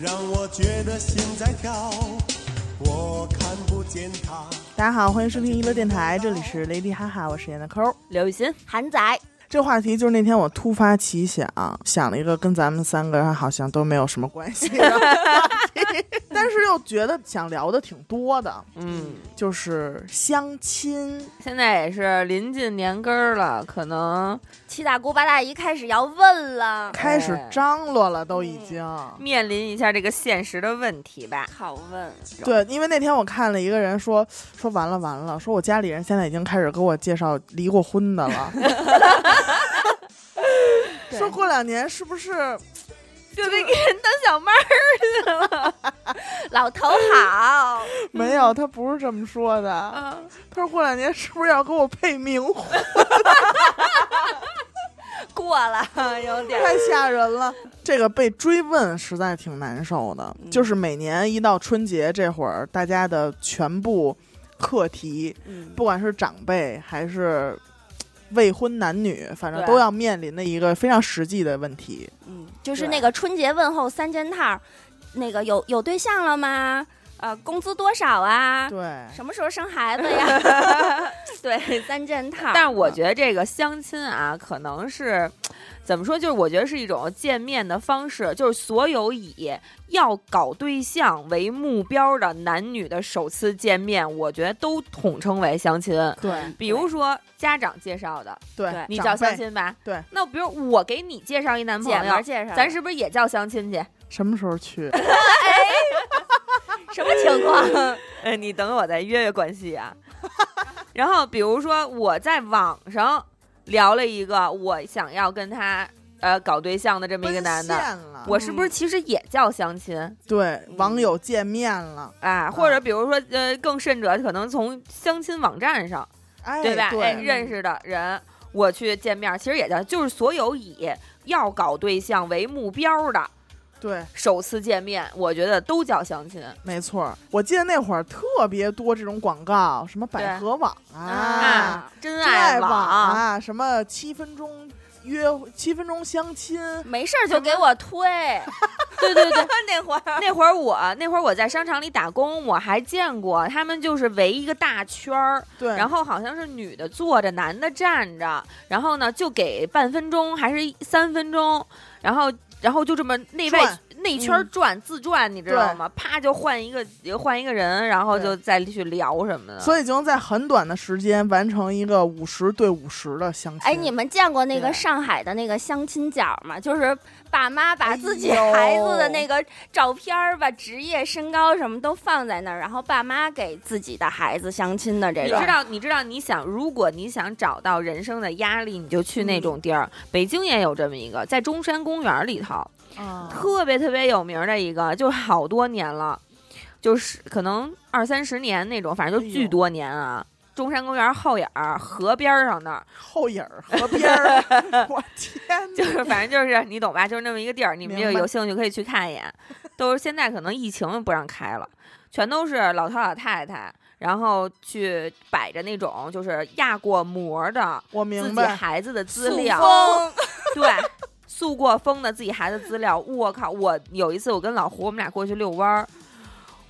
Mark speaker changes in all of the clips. Speaker 1: 让我觉得心在跳，我看不见他。
Speaker 2: 大家好，欢迎收听娱乐电台，这里是雷迪哈哈，我是闫的抠。
Speaker 3: 刘雨欣，
Speaker 4: 韩仔，
Speaker 2: 这话题就是那天我突发奇想，想了一个跟咱们三个人好像都没有什么关系的话题，但是又觉得想聊的挺多的，
Speaker 3: 嗯，
Speaker 2: 就是相亲。
Speaker 3: 现在也是临近年根儿了，可能
Speaker 4: 七大姑八大姨开始要问了，
Speaker 2: 开始张罗了，都已经。
Speaker 3: 面临一下这个现实的问题吧。
Speaker 4: 好问，
Speaker 2: 对，因为那天我看了一个人说说完了完了，说我家里人现在已经开始给我介绍离过婚的了，说过两年是不是
Speaker 3: 就得给人当小妹儿，
Speaker 4: 老头好，
Speaker 2: 没有？他不是这么说的，
Speaker 3: 嗯
Speaker 2: 他说过两年是不是要给我配冥婚？
Speaker 4: 过了 有点
Speaker 2: 太吓人 了。这个被追问实在挺难受的，
Speaker 3: 嗯
Speaker 2: 就是每年一到春节这会儿，大家的全部课题，
Speaker 3: 嗯
Speaker 4: 嗯
Speaker 2: 不管是长辈还是未婚男女，反正
Speaker 3: 对
Speaker 2: 都要面临的一个非常实际的问 题。
Speaker 4: 嗯，就是那个春节问候三件套儿，那个有有对象了吗？呃，工资多少啊？
Speaker 2: 对，
Speaker 4: 什么时候生孩子 呀？对，三件套儿。
Speaker 3: 但我觉得这个相亲啊，可能是怎么说？就是我觉得是一种见面的方式，就是所有以要搞对象为目标的男女的首次见面，我觉得都统称为相亲。
Speaker 2: 对
Speaker 3: 比如说家长介绍的，
Speaker 2: 对
Speaker 4: 对，
Speaker 3: 你
Speaker 2: 长
Speaker 3: 叫相
Speaker 2: 辈
Speaker 3: 亲吧？
Speaker 2: 对。
Speaker 3: 那比如我给你介绍一男朋
Speaker 4: 姐们
Speaker 3: 友
Speaker 4: 儿，介绍的，
Speaker 3: 咱是不是啊也叫相亲去？
Speaker 2: 什么时候去？
Speaker 4: 什么情况？
Speaker 3: 哎，你等我再约约关系啊。 然后比如说我在网上聊了一个我想要跟他呃搞对象的这么一个男
Speaker 2: 奔
Speaker 3: 的，
Speaker 2: 现了，
Speaker 3: 我是嗯不是其实也叫相亲
Speaker 2: 对网友见面了，
Speaker 3: 啊？或
Speaker 2: 嗯
Speaker 3: 者比如说呃更甚者，可能从相亲网站上
Speaker 2: 哎，
Speaker 3: 对吧？哎，
Speaker 2: 对，
Speaker 3: 认识的人我去见面，其实也叫就是所有以要搞对象为目标的
Speaker 2: 对，
Speaker 3: 首次见面，我觉得都叫相亲。
Speaker 2: 没错儿。我记得那会儿特别多这种广告，什么百
Speaker 3: 对
Speaker 2: 合网啊
Speaker 4: 啊，
Speaker 3: 真
Speaker 2: 真爱
Speaker 3: 爱
Speaker 2: 网
Speaker 3: 网，
Speaker 2: 啊，什么七分钟约会七分钟相亲，
Speaker 4: 没事儿就给我推，
Speaker 3: 对对对，
Speaker 4: 那会儿
Speaker 3: 那会儿我那会儿我在商场里打工，我还见过他们就是围一个大圈儿，
Speaker 2: 对，
Speaker 3: 然后好像是女的坐着，男的站着，然后呢就给半分钟还是三分钟，然后然后就这么内外
Speaker 2: 转嗯
Speaker 3: 内圈儿转、自转，你知道吗？啪就换一个换一个人，然后
Speaker 2: 对
Speaker 3: 就再去聊什么的。
Speaker 2: 所以就能在很短的时间完成一个五十对五十的 相亲。
Speaker 4: 哎，你们见过那
Speaker 3: 对
Speaker 4: 个上海的那个相亲角吗？就是爸妈把自己
Speaker 2: 哎呦
Speaker 4: 孩子的那个照片儿吧、职业、身高什么都放在那儿，然后爸妈给自己的孩子相亲的这
Speaker 3: 你
Speaker 4: 种
Speaker 2: 啊
Speaker 3: 知。道，你知道，你想，如果你想找到人生的压力，你就去
Speaker 2: 嗯
Speaker 3: 那种地儿。北京也有这么一个，在中山公园里头，
Speaker 2: 啊
Speaker 3: 特别特别有名儿的一个，就是好多年了，就是可能二三十年那种，反正就
Speaker 2: 哎
Speaker 3: 巨
Speaker 2: 呦
Speaker 3: 多年啊。中山公园后眼儿河边儿上那儿，
Speaker 2: 后影儿河边儿，我天
Speaker 3: 就
Speaker 2: 哪！
Speaker 3: 是反正就是你懂吧，就是那么一个地儿，你们
Speaker 2: 明
Speaker 3: 就
Speaker 2: 白
Speaker 3: 有兴趣可以去看一眼。都是现在可能疫情不让开了，全都是老头老太太，然后去摆着那种就是压过膜的
Speaker 2: 我
Speaker 3: 自
Speaker 2: 明
Speaker 3: 己
Speaker 2: 白，
Speaker 3: 孩子的资
Speaker 2: 塑
Speaker 3: 料，
Speaker 2: 封
Speaker 3: 对，塑过封的自己孩子资料。我靠！我有一次我跟老胡我们俩过去遛弯儿，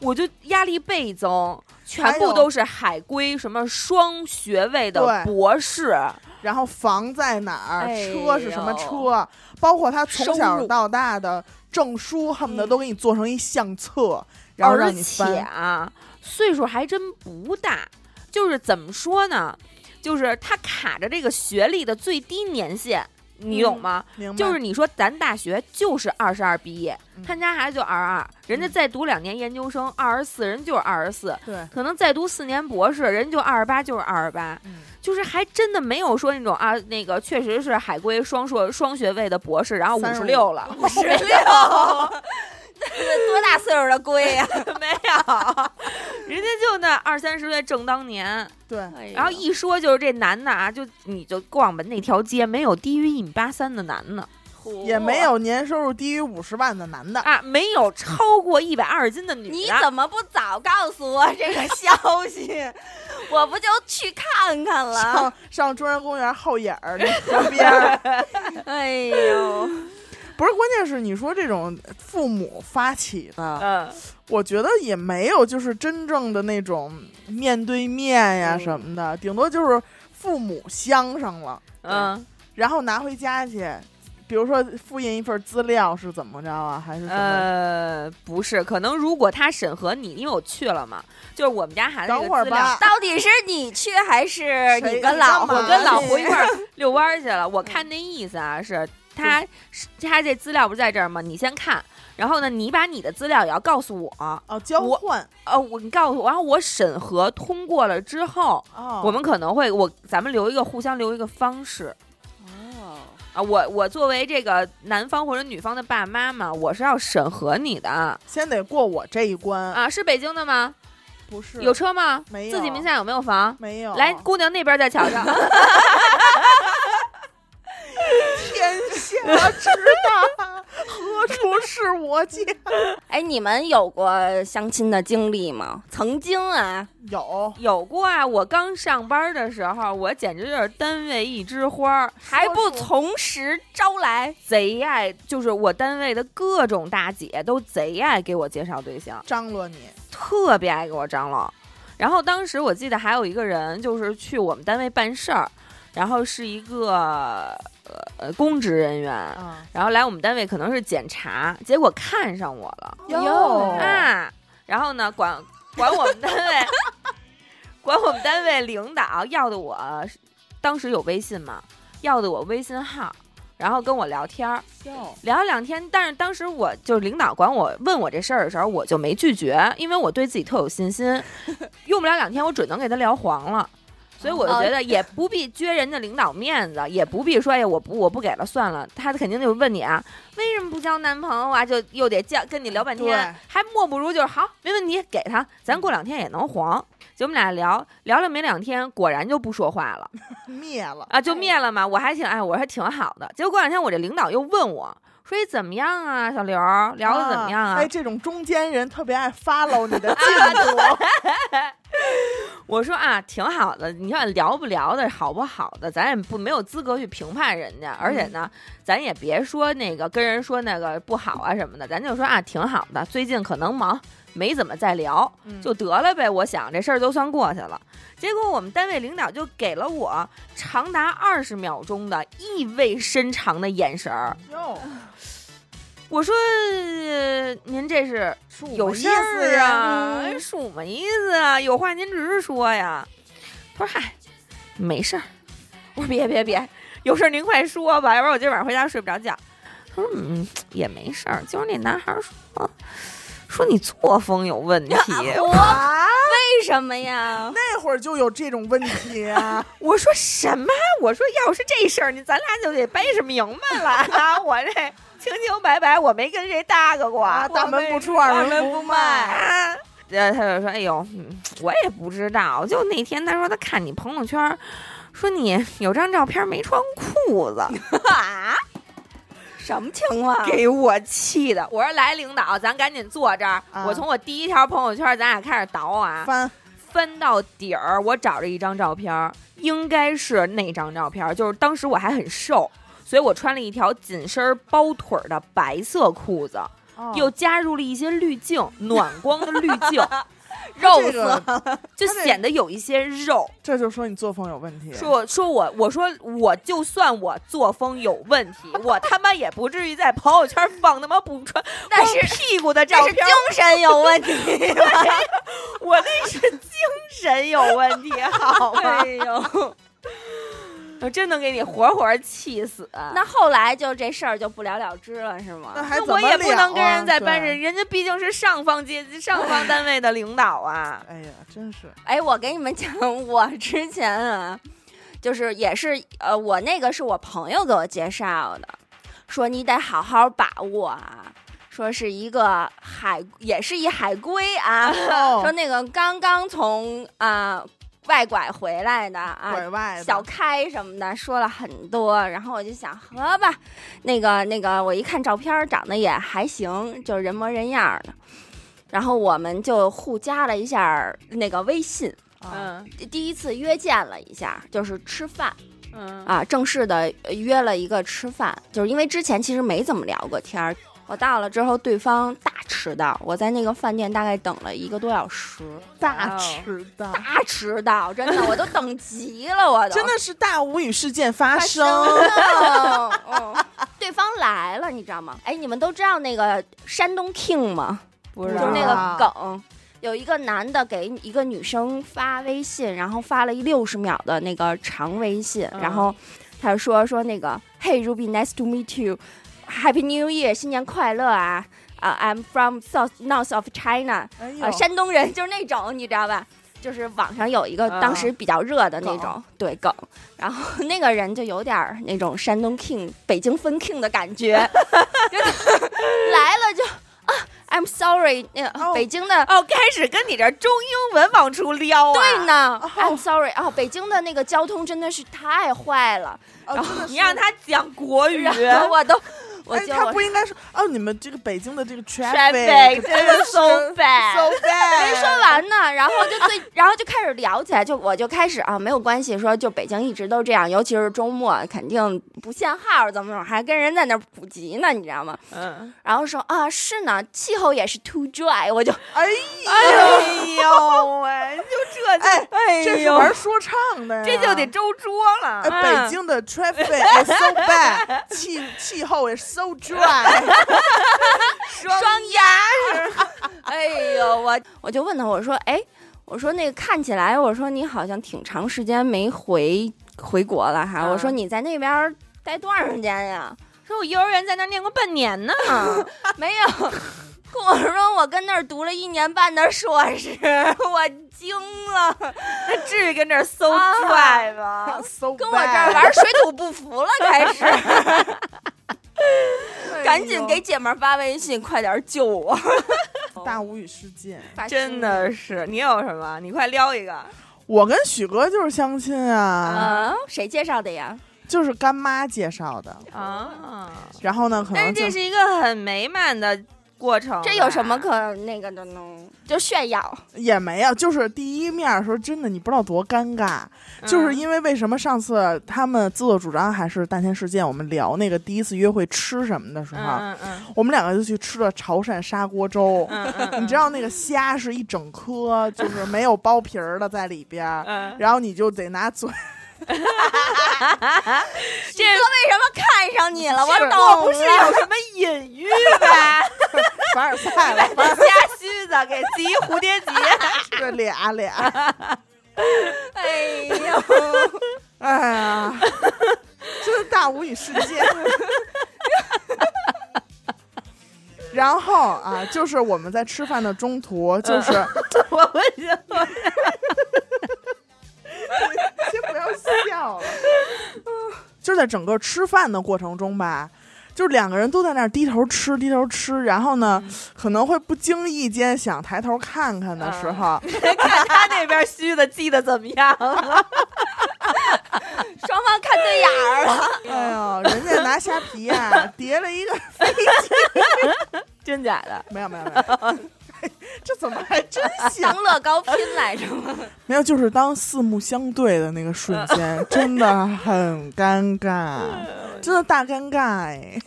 Speaker 3: 我就压力倍增，全
Speaker 2: 还有
Speaker 3: 部都是海归，什么双学位的
Speaker 2: 对
Speaker 3: 博士，
Speaker 2: 然后房在哪儿，
Speaker 4: 哎呦
Speaker 2: 车是什么车，包括他从
Speaker 3: 收
Speaker 2: 小
Speaker 3: 入
Speaker 2: 到大的证书，恨不得都给你做成一相册，然后
Speaker 3: 而
Speaker 2: 让你
Speaker 3: 且
Speaker 2: 翻。
Speaker 3: 啊，岁数还真不大。就是怎么说呢？就是他卡着这个学历的最低年限，你懂吗？
Speaker 2: 嗯明白？
Speaker 3: 就是你说咱大学就是二十二毕业
Speaker 2: 嗯，
Speaker 3: 他们家孩子就二十二，人家再读两年研究生二十四，人就是二十四，
Speaker 2: 对，
Speaker 3: 可能再读四年博士，人就二十八就是二十八，
Speaker 2: 嗯
Speaker 3: 就是还真的没有说那种啊，那个确实是海归双硕双学位的博士，然后五十六 了，五十
Speaker 4: 六，多大岁数的 龟呀、
Speaker 3: 没有，人家就那二三十岁正当年，
Speaker 2: 对，
Speaker 3: 然后一说就是这男的啊，就你就逛吧那条街，没有低于一米八三的男的
Speaker 2: 也没有年收入低于五十万的男的。
Speaker 3: 啊，没有超过一百二十斤的女的，
Speaker 4: 你怎么不早告诉我这个消息？我不就去看看了？
Speaker 2: 上上中山公园后眼儿那河边儿，
Speaker 4: 哎呦，
Speaker 2: 不是，关键是你说这种父母发起的，
Speaker 3: 嗯，
Speaker 2: 我觉得也没有就是真正的那种面对面呀
Speaker 3: 嗯
Speaker 2: 什么的，顶多就是父母相上了，
Speaker 3: 嗯
Speaker 2: 然后拿回家去，比如说复印一份资料是怎么着啊，还是什么？
Speaker 3: 呃，不是，可能如果他审核你，因为我去了嘛，就是我们家孩子
Speaker 2: 等
Speaker 3: 这
Speaker 2: 会
Speaker 3: 个
Speaker 2: 儿
Speaker 3: 资料
Speaker 2: 吧，
Speaker 4: 到底是你去还是
Speaker 2: 谁
Speaker 4: 你
Speaker 2: 你干
Speaker 4: 跟老
Speaker 2: 嘛
Speaker 4: 婆
Speaker 3: 我跟老
Speaker 2: 去
Speaker 3: 胡 一块儿遛弯儿去了。
Speaker 2: 嗯
Speaker 3: 我看那意思啊，是他是他这资料不是在这儿吗？你先看，然后呢，你把你的资料也要告诉我。
Speaker 2: 哦，交
Speaker 3: 我
Speaker 2: 换
Speaker 3: 呃，我你告诉我，然后我审核通过了之后，
Speaker 2: 哦，
Speaker 3: 我们可能会我咱们留一个互相留一个方式。
Speaker 4: 哦，
Speaker 3: 啊，我我作为这个男方或者女方的爸妈嘛，我是要审核你的啊，
Speaker 2: 先得过我这一关，
Speaker 3: 是北京的吗？
Speaker 2: 不是
Speaker 3: 啊有车吗？
Speaker 2: 没有
Speaker 3: 自己名下有没有房？
Speaker 2: 没有？
Speaker 3: 来，姑娘那边再 瞧瞧。
Speaker 2: 天下之大，何处是我家？
Speaker 4: 哎，你们有过相亲的经历吗？曾经啊，
Speaker 2: 有
Speaker 3: 有过啊，我刚上班的时候，我简直就是单位一枝花儿，
Speaker 4: 还不
Speaker 2: 说
Speaker 4: 从实招来，
Speaker 3: 贼爱，就是我单位的各种大姐都贼爱给我介绍对象，
Speaker 2: 张罗你，
Speaker 3: 特别爱给我张罗。然后当时我记得还有一个人，就是去我们单位办事儿，然后是一个呃呃公职人员，
Speaker 2: 啊，
Speaker 3: 然后来我们单位可能是检查，结果看上我了。
Speaker 2: 哟
Speaker 3: 啊，然后呢，管管我们单位， 管我们单位领导要的我，当时有微信嘛，要的我微信号，然后跟我聊天儿，聊了两天。但是当时我就是领导管我问我这事儿的时候，我就没拒绝，因为我对自己特有信心，用不了两天我准能给他聊黄了。所以我就觉得也不必撅人家领导面子，也不必说哎呀我不我不给了算了，他肯定就问你啊，为什么不交男朋友啊？就又得交跟你聊半天
Speaker 2: 对，
Speaker 3: 还莫不如就是好没问题给他，咱过两天也能黄。就我们俩聊聊了没两天，果然就不说话了。
Speaker 2: 灭了，
Speaker 3: 啊，就灭了嘛。我还挺哎，我还挺好的。结果过两天我这领导又问我说：“你怎么样啊，小刘儿？聊的怎么样啊？”
Speaker 2: 哎，这种中间人特别爱 follow 你的进度，
Speaker 3: 我说啊，挺好的。你看聊不聊的好不好的，咱也不没有资格去评判人家。而
Speaker 2: 嗯
Speaker 3: 且呢，咱也别说那个跟人说那个不好啊什么的，咱就说啊，挺好的。最近可能忙，没怎么再聊，
Speaker 2: 嗯
Speaker 3: 就得了呗。我想这事儿就算过去了。结果我们单位领导就给了我长达二十秒钟的意味深长的眼神儿。
Speaker 2: 哟，
Speaker 3: 我说呃您这是
Speaker 2: 是我
Speaker 3: 有
Speaker 2: 意
Speaker 3: 事儿
Speaker 2: 思
Speaker 3: 啊
Speaker 2: 呀？，嗯
Speaker 3: 什么意思啊？有话您直说呀。他说嗨，没事儿。我说别别别，有事儿您快说吧，要不然我今晚上回家睡不着觉。他说嗯，也没事儿，就是那男孩儿说说你作风有问 题。
Speaker 4: 哎
Speaker 2: 啊，
Speaker 4: 为什么呀？
Speaker 2: 那会儿就有这种问题啊，
Speaker 3: 我说什么？我说要是这事儿，你咱俩就得掰扯明白 了啊！我这清清白白，我没跟谁搭个过。
Speaker 2: 啊大门不出二门不迈，
Speaker 3: 啊。然后他就说：“哎呦，嗯我也不知道。就那天他说他看你朋友圈儿，说你有张照片没穿 裤子，
Speaker 4: 啊？什么情况？啊
Speaker 3: 给我气的。我说来，领导，咱赶紧坐这儿。
Speaker 2: 啊
Speaker 3: 我从我第一条朋友圈儿，咱俩开始倒啊，
Speaker 2: 翻
Speaker 3: 翻到底儿，我找着一张照片儿，应该是那张照片儿，就是当时我还很瘦，所以我穿了一条紧身儿包腿儿的白色裤子，
Speaker 2: 哦
Speaker 3: 又加入了一些滤镜，暖光的滤 镜。”
Speaker 4: 肉
Speaker 2: 这
Speaker 4: 色，
Speaker 2: 个
Speaker 3: 就
Speaker 2: 他那
Speaker 3: 显得有一些肉。
Speaker 2: 这就说你作风有问题，
Speaker 3: 说我说我我说我就算我作风有问题，我他妈也不至于在朋友圈放他妈不 穿
Speaker 4: 但是
Speaker 3: 光屁股的照
Speaker 4: 这是
Speaker 3: 片
Speaker 4: 精，神有问题。
Speaker 3: 我那是精神有问题，好吗？
Speaker 4: 哎呦，
Speaker 3: 我真能给你活活气死。
Speaker 4: 那后来就这事儿就不了了之了，是
Speaker 2: 那
Speaker 4: 吗？
Speaker 2: 还怎么
Speaker 3: 我也不
Speaker 2: 了
Speaker 3: 能跟
Speaker 2: 啊
Speaker 3: 人在班
Speaker 2: 对
Speaker 3: 上，人家毕竟是上方阶级、上方单位的领导啊。
Speaker 2: 哎呀，真 是
Speaker 4: 哎，我给你们讲， 我之前啊，就是也是呃，我那个是我朋友给我介绍的，说你得好好把握啊，说是一个海，也是一海归啊，说
Speaker 2: 哦，
Speaker 4: 那个刚刚从啊、外拐回来的啊，
Speaker 2: 拐外的
Speaker 4: 小开什么的说了很多，然后我就想，合吧，那个那个，我一看照片儿长得也还行，就是人模人样儿的。然后我们就互加了一下儿那个微信，
Speaker 2: 啊
Speaker 3: 嗯
Speaker 4: 第一次约见了一下，就是吃饭。
Speaker 3: 嗯
Speaker 4: 啊，正式的约了一个吃饭，就是因为之前其实没怎么聊过天儿。我到了之后，对方大迟到，我在那个饭店大概等了一个多小时，
Speaker 2: 大
Speaker 3: 哇哦
Speaker 2: 迟到，
Speaker 4: 大迟到，真的，我都等急了，我都
Speaker 2: 真的是大无语事件发
Speaker 4: 发
Speaker 2: 生。
Speaker 4: 了。嗯对方来了，你知道吗？哎，你们都知道那个山东 King 吗？
Speaker 3: 不
Speaker 2: 知
Speaker 4: 就
Speaker 2: 道
Speaker 4: 是那
Speaker 2: 啊
Speaker 4: 个梗，有一个男的给一个女生发微信，然后发了一六十秒的那个长微信，
Speaker 3: 嗯
Speaker 4: 然后他就说说那个 Hey Ruby，nice to meet you，Happy New Year，新年快乐啊！啊、i m from South North of China，
Speaker 3: 哦
Speaker 2: 哎呦
Speaker 4: 呃，山东人就是那种，你知道吧？就是网上有一个
Speaker 2: 嗯
Speaker 3: 啊
Speaker 4: 当时比较热的那种、
Speaker 3: 梗
Speaker 4: 对梗，然后 那个人就有点儿那种山东 king 北京分 king 的感觉， 就是来了就啊，I'm sorry，那个、
Speaker 2: 哦
Speaker 4: 北京的。
Speaker 3: 哦，开始跟你这中英文往出撩啊！
Speaker 4: 对呢、
Speaker 2: 哦
Speaker 4: i m sorry 哦，北京的那个交通真的是太坏了，
Speaker 2: 哦真的是
Speaker 3: 你让他讲国语，
Speaker 4: 然后我都，我
Speaker 2: 哎，
Speaker 4: 就
Speaker 2: 他不应该说哦，你们这个北京的这个真
Speaker 3: traffic 真的 so bad。
Speaker 2: so bad，
Speaker 4: 没说完呢，然后就最，然后就开始聊起来，就我就开始啊，没有关系，说就北京一直都这样，尤其是周末肯定不限号，怎么怎么，还跟人在那儿补习呢，你知道吗？
Speaker 3: 嗯，
Speaker 4: 然后说啊，是呢，气候也是 too dry，我就
Speaker 2: 哎
Speaker 3: 哎呦喂，就这就
Speaker 2: 哎，
Speaker 3: 哎
Speaker 2: 这是
Speaker 3: 呦
Speaker 2: 玩说唱的呀，
Speaker 3: 这就得周桌了。嗯
Speaker 2: 哎，北京的 traffic is so bad，气气候 is so dry，
Speaker 3: 双鸭，
Speaker 4: 哎呦，我我就问他，我说，哎，我说那个看起来，我说你好像挺长时间没回回国了哈，
Speaker 3: 啊
Speaker 4: 我说你在那边儿待多长时间呀？
Speaker 3: 说我幼儿园在那儿念过半年呢。
Speaker 4: 啊，没有。跟我说，我跟那儿读了一年半的硕士，我惊了，
Speaker 3: 那至于跟这儿搜
Speaker 4: 啊
Speaker 3: 拽吗？
Speaker 2: so
Speaker 4: 跟我这儿玩水土不服了，开始，
Speaker 2: bad，
Speaker 4: 赶紧
Speaker 2: 哎
Speaker 4: 给
Speaker 2: 呦
Speaker 4: 姐们儿发微信，快点救我！
Speaker 2: 大无语事件。
Speaker 3: 真的是，你有什么？你快撩一个。
Speaker 2: 我跟许哥就是相亲啊，
Speaker 4: 啊，谁介绍的呀？
Speaker 2: 就是干妈介绍的。
Speaker 3: 啊，
Speaker 2: 然后呢，可
Speaker 3: 但是
Speaker 2: 能就
Speaker 3: 这是一个很美满的过程，
Speaker 4: 这有什么？可那个的呢？就炫耀，
Speaker 2: 也没有，就是第一面的时候，真的你不知道多尴尬。
Speaker 3: 嗯
Speaker 2: 就是因为为什么上次他们自作主张还是大千世界，我们聊那个第一次约会吃什么的时候，
Speaker 3: 嗯嗯
Speaker 2: 我们两个就去吃了潮汕砂锅粥。
Speaker 3: 嗯嗯，
Speaker 2: 你知道那个虾是一整颗，就是没有剥皮儿的在里边儿，
Speaker 3: 嗯，
Speaker 2: 然后你就得拿嘴。
Speaker 3: 这
Speaker 4: 为什么看上你了？我
Speaker 3: 这
Speaker 4: 懂了，
Speaker 3: 不是有什么隐喻 吧？
Speaker 2: 凡尔赛了，凡尔赛
Speaker 3: 瞎虚的，给自己蝴蝶结。
Speaker 2: 这俩俩，
Speaker 4: 哎呦，
Speaker 2: 哎呀，真的大无语世界。 然后啊，就是我们在吃饭的中途，就是
Speaker 3: 我我就
Speaker 2: 先不要笑了。就是在整个吃饭的过程中吧，就是两个人都在那儿低头吃，低头吃，然后呢，可能会不经意间想抬头看看的时候，
Speaker 3: 看他那边虚的记得怎么样 了？
Speaker 4: 双方看对眼 儿了，
Speaker 2: 哎呦，人家拿虾皮啊叠了一个，
Speaker 3: 真假的？
Speaker 2: 没有没有没有， 这怎么还真行？
Speaker 4: 当乐高拼来着吗？
Speaker 2: 没有，就是当四目相对的那个瞬间， 真的很尴尬，真的大尴尬哎。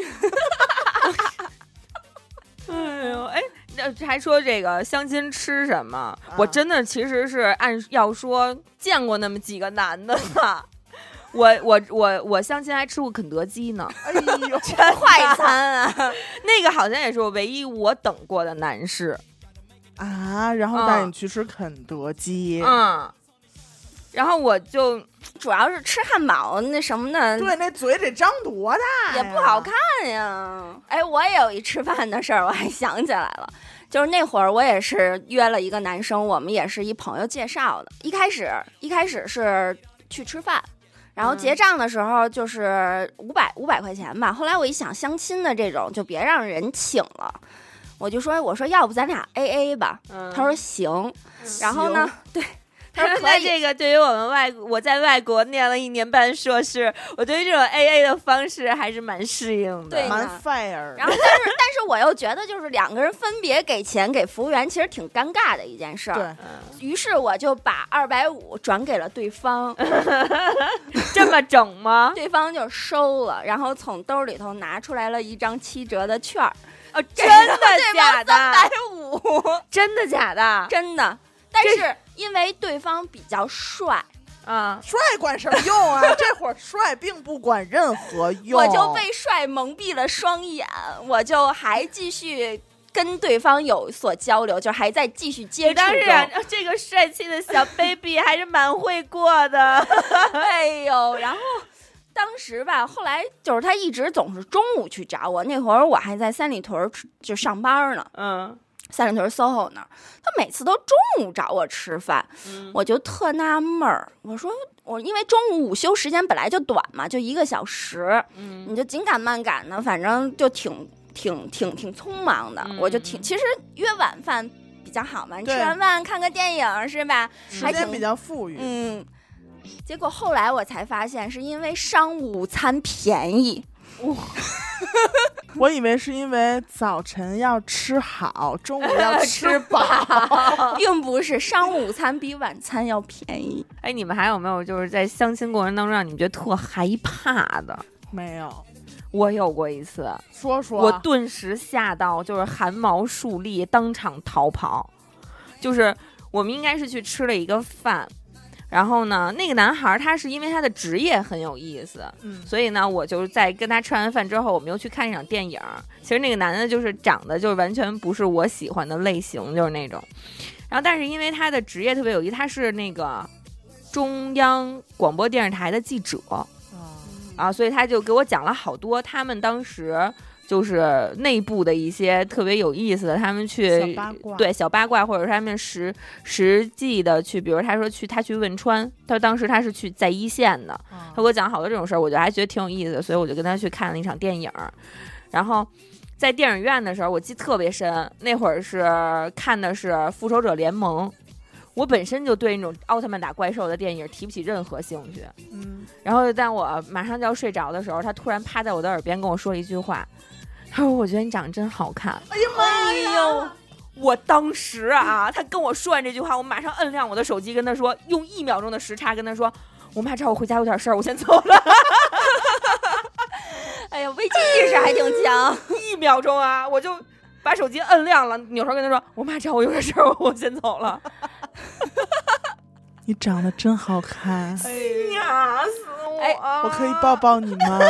Speaker 3: 哎呦，哎，那还说这个相亲吃什么？
Speaker 4: 啊
Speaker 3: 我真的其实是按要说见过那么几个男的吧。我我我我相亲还吃过肯德基呢，
Speaker 2: 哎呦，
Speaker 4: 快餐啊，
Speaker 3: 那个好像也是我唯一我等过的男士。
Speaker 2: 啊！然后带你去吃肯德基，
Speaker 3: 嗯，然后我就
Speaker 4: 主要是吃汉堡那什么的，
Speaker 2: 对，那嘴得张多大
Speaker 4: 也
Speaker 2: 呀
Speaker 4: 不
Speaker 3: 哎
Speaker 4: 好看呀。哎，我也有一吃饭的事儿，我还想起来了，就是那会儿我也是约了一个男生，我们也是一朋友介绍的。一开始一开始是去吃饭。然后
Speaker 3: 嗯
Speaker 4: 结账的时候就是五百五百块钱吧。后来我一想，相亲的这种就别让人请了，我就说我说要不咱俩 A A 吧。
Speaker 3: 嗯
Speaker 4: 他说行，然后呢，对，他说可
Speaker 3: 那
Speaker 4: 以，
Speaker 3: 这个对于我们外我在外国念了一年半硕士，我对于这种 AA 的方式还是蛮适应的。
Speaker 4: 对
Speaker 2: 蛮
Speaker 4: 呢
Speaker 2: fire
Speaker 4: 然后但是但是我又觉得就是两个人分别给钱给服务员，其实挺尴尬的一件事儿。
Speaker 2: 对，
Speaker 3: 嗯
Speaker 4: 于是我就把二百五转给了 对方，
Speaker 3: 这么整吗？
Speaker 4: 对方就收了，然后从兜里头拿出来了一张七折的券儿，
Speaker 3: 哦，真的假
Speaker 4: 三百
Speaker 3: 的？
Speaker 4: 五，
Speaker 3: 真的假的？
Speaker 4: 真的。但
Speaker 3: 这
Speaker 4: 是因为对方比较帅，
Speaker 3: 啊，
Speaker 2: 帅管什么用 啊？这会儿帅并不管任何用，
Speaker 4: 我就被帅蒙蔽了双眼，我就还继续跟对方有所交流，就还在继续接
Speaker 3: 你
Speaker 4: 触
Speaker 3: 当时
Speaker 4: 中。
Speaker 3: 这个帅气的小 baby 还是蛮会过的。
Speaker 4: 哎呦，然后当时吧，后来就是他一直总是中午去找我，那会儿我还在三里屯儿就上班呢，
Speaker 3: 嗯，
Speaker 4: 三里屯儿 SOHO 那儿，他每次都中午找我吃饭，
Speaker 3: 嗯
Speaker 4: 我就特纳闷儿，我说我因为中午午休时间本来就短嘛，就一个小时，
Speaker 3: 嗯
Speaker 4: 你就紧赶慢赶的，反正就挺挺挺挺匆忙的，
Speaker 3: 嗯
Speaker 4: 我就挺其实约晚饭比较好嘛，你吃
Speaker 2: 对
Speaker 4: 完饭看个电影是吧？
Speaker 2: 时
Speaker 4: 还
Speaker 2: 间
Speaker 4: 挺
Speaker 2: 比较富裕，
Speaker 4: 嗯，结果后来我才发现是因为商务午餐便宜，
Speaker 2: 我以为是因为早晨要吃好，中午 要吃 饱。
Speaker 3: 哦
Speaker 4: 并不是商务午餐比晚餐要便宜。
Speaker 3: 哎，你们还有没有就是在相亲过程当中让你们觉得特害怕的？
Speaker 2: 没有，
Speaker 3: 我有过一次，
Speaker 2: 说说
Speaker 3: 我顿时吓到，就是汗毛竖立，当场逃跑。就是我们应该是去吃了一个饭，然后呢，那个男孩儿他是因为他的职业很有意思，
Speaker 2: 嗯，
Speaker 3: 所以呢，我就在跟他吃完饭之后，我们又去看一场电影儿。其实那个男的就是长得就是完全不是我喜欢的类型，就是那种。然后，但是因为他的职业特别有意思，他是那个中央广播电视台的记者
Speaker 2: 啊
Speaker 3: 啊，所以他就给我讲了好多他们当时就是内部的一些特别有意思的，他们去
Speaker 2: 小八卦
Speaker 3: 对小八卦，或者是他们实实际的去，比如他说去他去汶川，他说当时他是去在一线的。
Speaker 2: 啊
Speaker 3: 他给我讲好多这种事儿，我就还觉得挺有意思的，所以我就跟他去看了一场电影儿。然后在电影院的时候，我记得特别深，那会儿是看的是《复仇者联盟》，我本身就对那种奥特曼打怪兽的电影提不起任何兴趣。
Speaker 2: 嗯，
Speaker 3: 然后在我马上就要睡着的时候，他突然趴在我的耳边跟我说了一句话，他说：“我觉得你长得真好看。”
Speaker 2: 哎呀妈呀！
Speaker 3: 呦！我当时啊，他跟我说完这句话，我马上摁亮我的手机，跟他说，用一秒钟的时差跟他说，我妈找我回家有点事儿，我先走 了。
Speaker 4: 哎呀，危机意识还挺强。
Speaker 3: 一秒钟啊，我就把手机摁亮了，扭头跟他说，我妈找我有点事儿，我先走了。
Speaker 2: 你长得真好看，
Speaker 3: 哎吓死我！
Speaker 4: 哎
Speaker 2: 哎我啊可以抱抱你吗？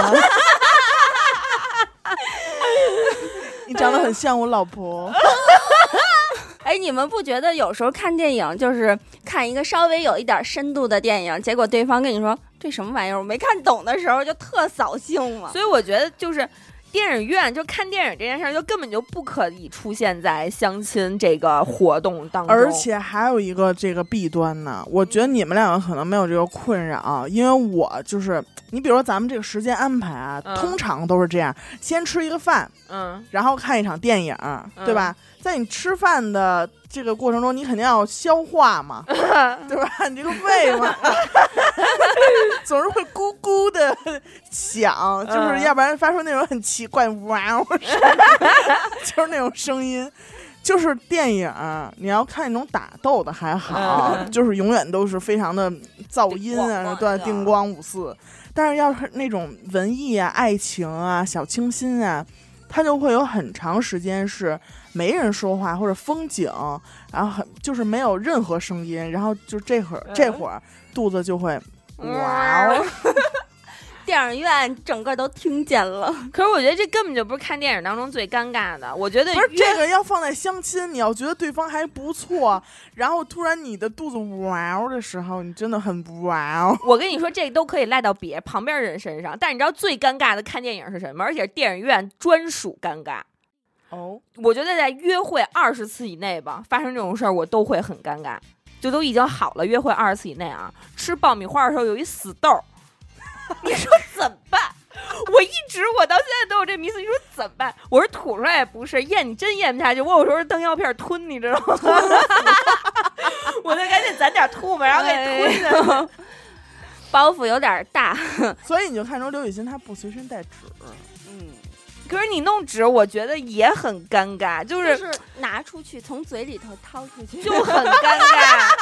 Speaker 2: 你长得很像我老婆，
Speaker 4: 哎，你们不觉得有时候看电影就是看一个稍微有一点深度的电影，结果对方跟你说这什么玩意儿，我没看懂的时候就特扫兴吗？
Speaker 3: 所以我觉得就是电影院就看电影这件事儿，就根本就不可以出现在相亲这个活动当中，
Speaker 2: 而且还有一个这个弊端呢，我觉得你们两个可能没有这个困扰，啊因为我就是你，比如说咱们这个时间安排啊，
Speaker 3: 嗯
Speaker 2: 通常都是这样，先吃一个饭，
Speaker 3: 嗯
Speaker 2: 然后看一场电影，对吧？在你吃饭的这个过程中，你肯定要消化 嘛，对吧？你这个胃嘛， 总是会咕咕的响，就是
Speaker 3: 嗯
Speaker 2: 要不然发出那种很奇怪哇 哦声，就是那种声音。就是电影，你要看那种打斗的还好，
Speaker 3: 嗯
Speaker 2: 就是永远都是非常的噪音啊，
Speaker 4: 咣咣
Speaker 2: 对，
Speaker 4: 的
Speaker 2: 定光五四。但是要是那种文艺啊、爱情啊、小清新啊，它就会有很长时间是没人说话或者风景，然后很就是没有任何声音，然后就这会儿、
Speaker 3: 嗯
Speaker 2: 这会儿肚子就会哇
Speaker 3: 哇
Speaker 2: 哦
Speaker 3: 哦！
Speaker 4: 电影院整个都听见了，
Speaker 3: 可是我觉得这根本就不是看电影当中最尴尬的，我觉得
Speaker 2: 不是
Speaker 3: 越
Speaker 2: 这个要放在相亲，你要觉得对方还不错，然后突然你的肚子哇哦的时候，你真的很哇哦。
Speaker 3: 我跟你说，这都可以赖到别旁边人身上，但是你知道最尴尬的看电影是什么？而且是电影院专属尴尬。
Speaker 2: 哦，
Speaker 3: 我觉得在约会二十次以内吧，发生这种事儿我都会很尴尬，就都已经好了。约会二十次以内啊，吃爆米花的时候有一死豆儿， 你说怎么办？ 我一直我到现在都有这迷思，你说怎么办？我是吐 出来也不是，咽你真咽不下去。我有时候是当药片吞，你知道吗？我得赶紧攒点吐沫，然后给吞下去。
Speaker 4: 哎包袱有点大，
Speaker 2: 所以你就看出刘雨欣她不随身带纸，
Speaker 4: 嗯，
Speaker 3: 可是你弄纸，我觉得也很尴尬，就
Speaker 4: 就是是拿出去，从嘴里头掏 出去，
Speaker 3: 就很尴 尬。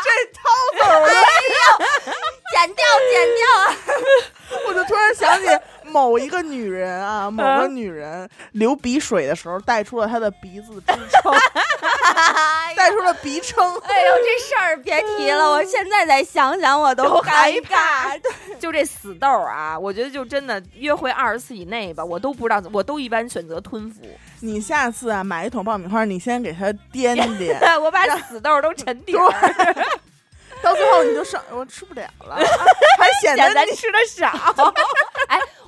Speaker 4: 剪掉，剪掉啊！
Speaker 2: 我就突然想起某一个女人啊，某个女人流鼻水的时候带出了她的鼻子支撑，
Speaker 3: 哎
Speaker 2: 带出了鼻撑。
Speaker 4: 哎呦，这事儿别提了，我现在再想想我都
Speaker 3: 嗯都害
Speaker 4: 尴
Speaker 3: 怕
Speaker 4: 尬。对
Speaker 3: 就这死豆儿啊，我觉得就真的约会二十次以内吧，我都不知道，我都一般选择吞服。
Speaker 2: 你下次啊买一桶爆米花，你先给它颠颠，
Speaker 3: 我把死豆儿都沉底儿，
Speaker 2: 到最后你就上我吃不了了，还显
Speaker 3: 显
Speaker 2: 得
Speaker 3: 咱
Speaker 2: 你
Speaker 3: 吃的 少。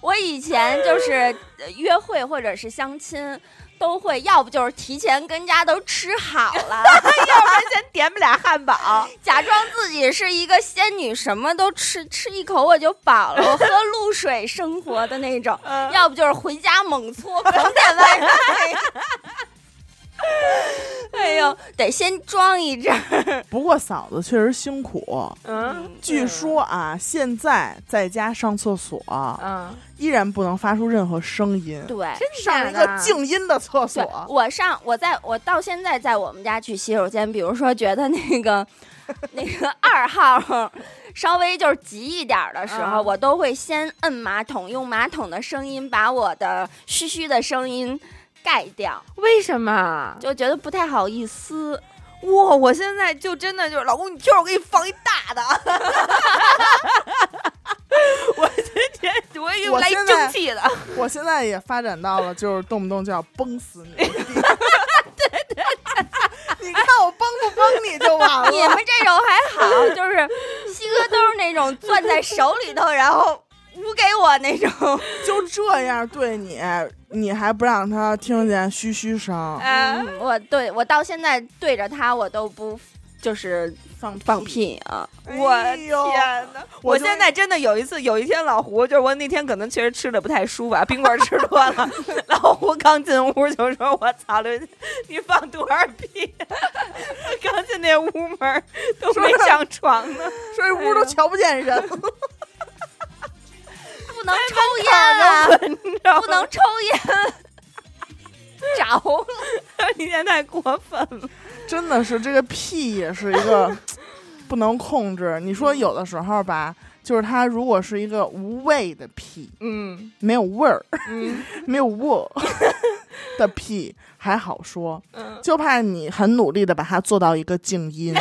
Speaker 4: 我以前就是呃约会或者是相亲，都会要不就是提前跟家都吃好了，
Speaker 3: 要不然先点俩汉堡。
Speaker 4: 假装自己是一个仙女，什么都吃，吃一口我就饱了，我喝露水生活的那 种；
Speaker 3: 嗯
Speaker 4: 要不就是回家猛搓，狂点外卖。哎呦，得先装一阵儿。
Speaker 2: 不过嫂子确实辛苦。
Speaker 3: 嗯
Speaker 2: 据说啊，现在在家上厕所
Speaker 3: 嗯，
Speaker 2: 依然不能发出任何声音，
Speaker 4: 对，
Speaker 2: 上一个静音的厕
Speaker 4: 对
Speaker 2: 所。
Speaker 4: 我上我在我到现在在我们家去洗手间，比如说觉得那 个那个二号稍微就是急一点儿的时候，
Speaker 3: 啊
Speaker 4: 我都会先摁马桶，用马桶的声音把我的嘘嘘的声音盖掉，
Speaker 3: 为什么？
Speaker 4: 就觉得不太好意思。
Speaker 3: 哇！我现在就真的就是，老公，你听我给你放一大的。我今天我又
Speaker 2: 我
Speaker 3: 来
Speaker 2: 现在
Speaker 3: 蒸汽的，
Speaker 2: 我现在也发展到了，就是动不动就要崩死你。 你看我崩不崩你就完
Speaker 4: 你们
Speaker 2: 了。
Speaker 4: 这种还好，就是西哥都是那种攥在手里头，然后捂给我那种。
Speaker 2: 就这样对你，你还不让他听见嘘嘘声，
Speaker 3: 啊，
Speaker 4: 嗯我对我到现在对着他，我都不就是
Speaker 2: 放
Speaker 4: 放。屁啊。
Speaker 3: 我
Speaker 2: 哎呦
Speaker 3: 天哪！
Speaker 2: 我
Speaker 3: 我
Speaker 2: 就
Speaker 3: 现在真的有一次，有一天老胡就是我那天可能确实吃的不太舒服，啊，冰棍儿吃多了，老胡刚进屋就说：“我操刘，你放多少屁？”啊 刚进那屋门儿都没上床呢，
Speaker 2: 说这屋都瞧不见人了。
Speaker 4: 不能抽烟啊，
Speaker 3: 你知道吗
Speaker 4: 不能抽烟，着了。
Speaker 3: 你现在太过分了。
Speaker 2: 真的是这个屁也是一个不能控制。你说有的时候吧，就是它如果是一个无味的屁，
Speaker 3: 嗯
Speaker 2: 没有味儿，
Speaker 3: 嗯
Speaker 2: 没有味的屁还好说，
Speaker 3: 嗯，
Speaker 2: 就怕你很努力的把它做到一个静 音，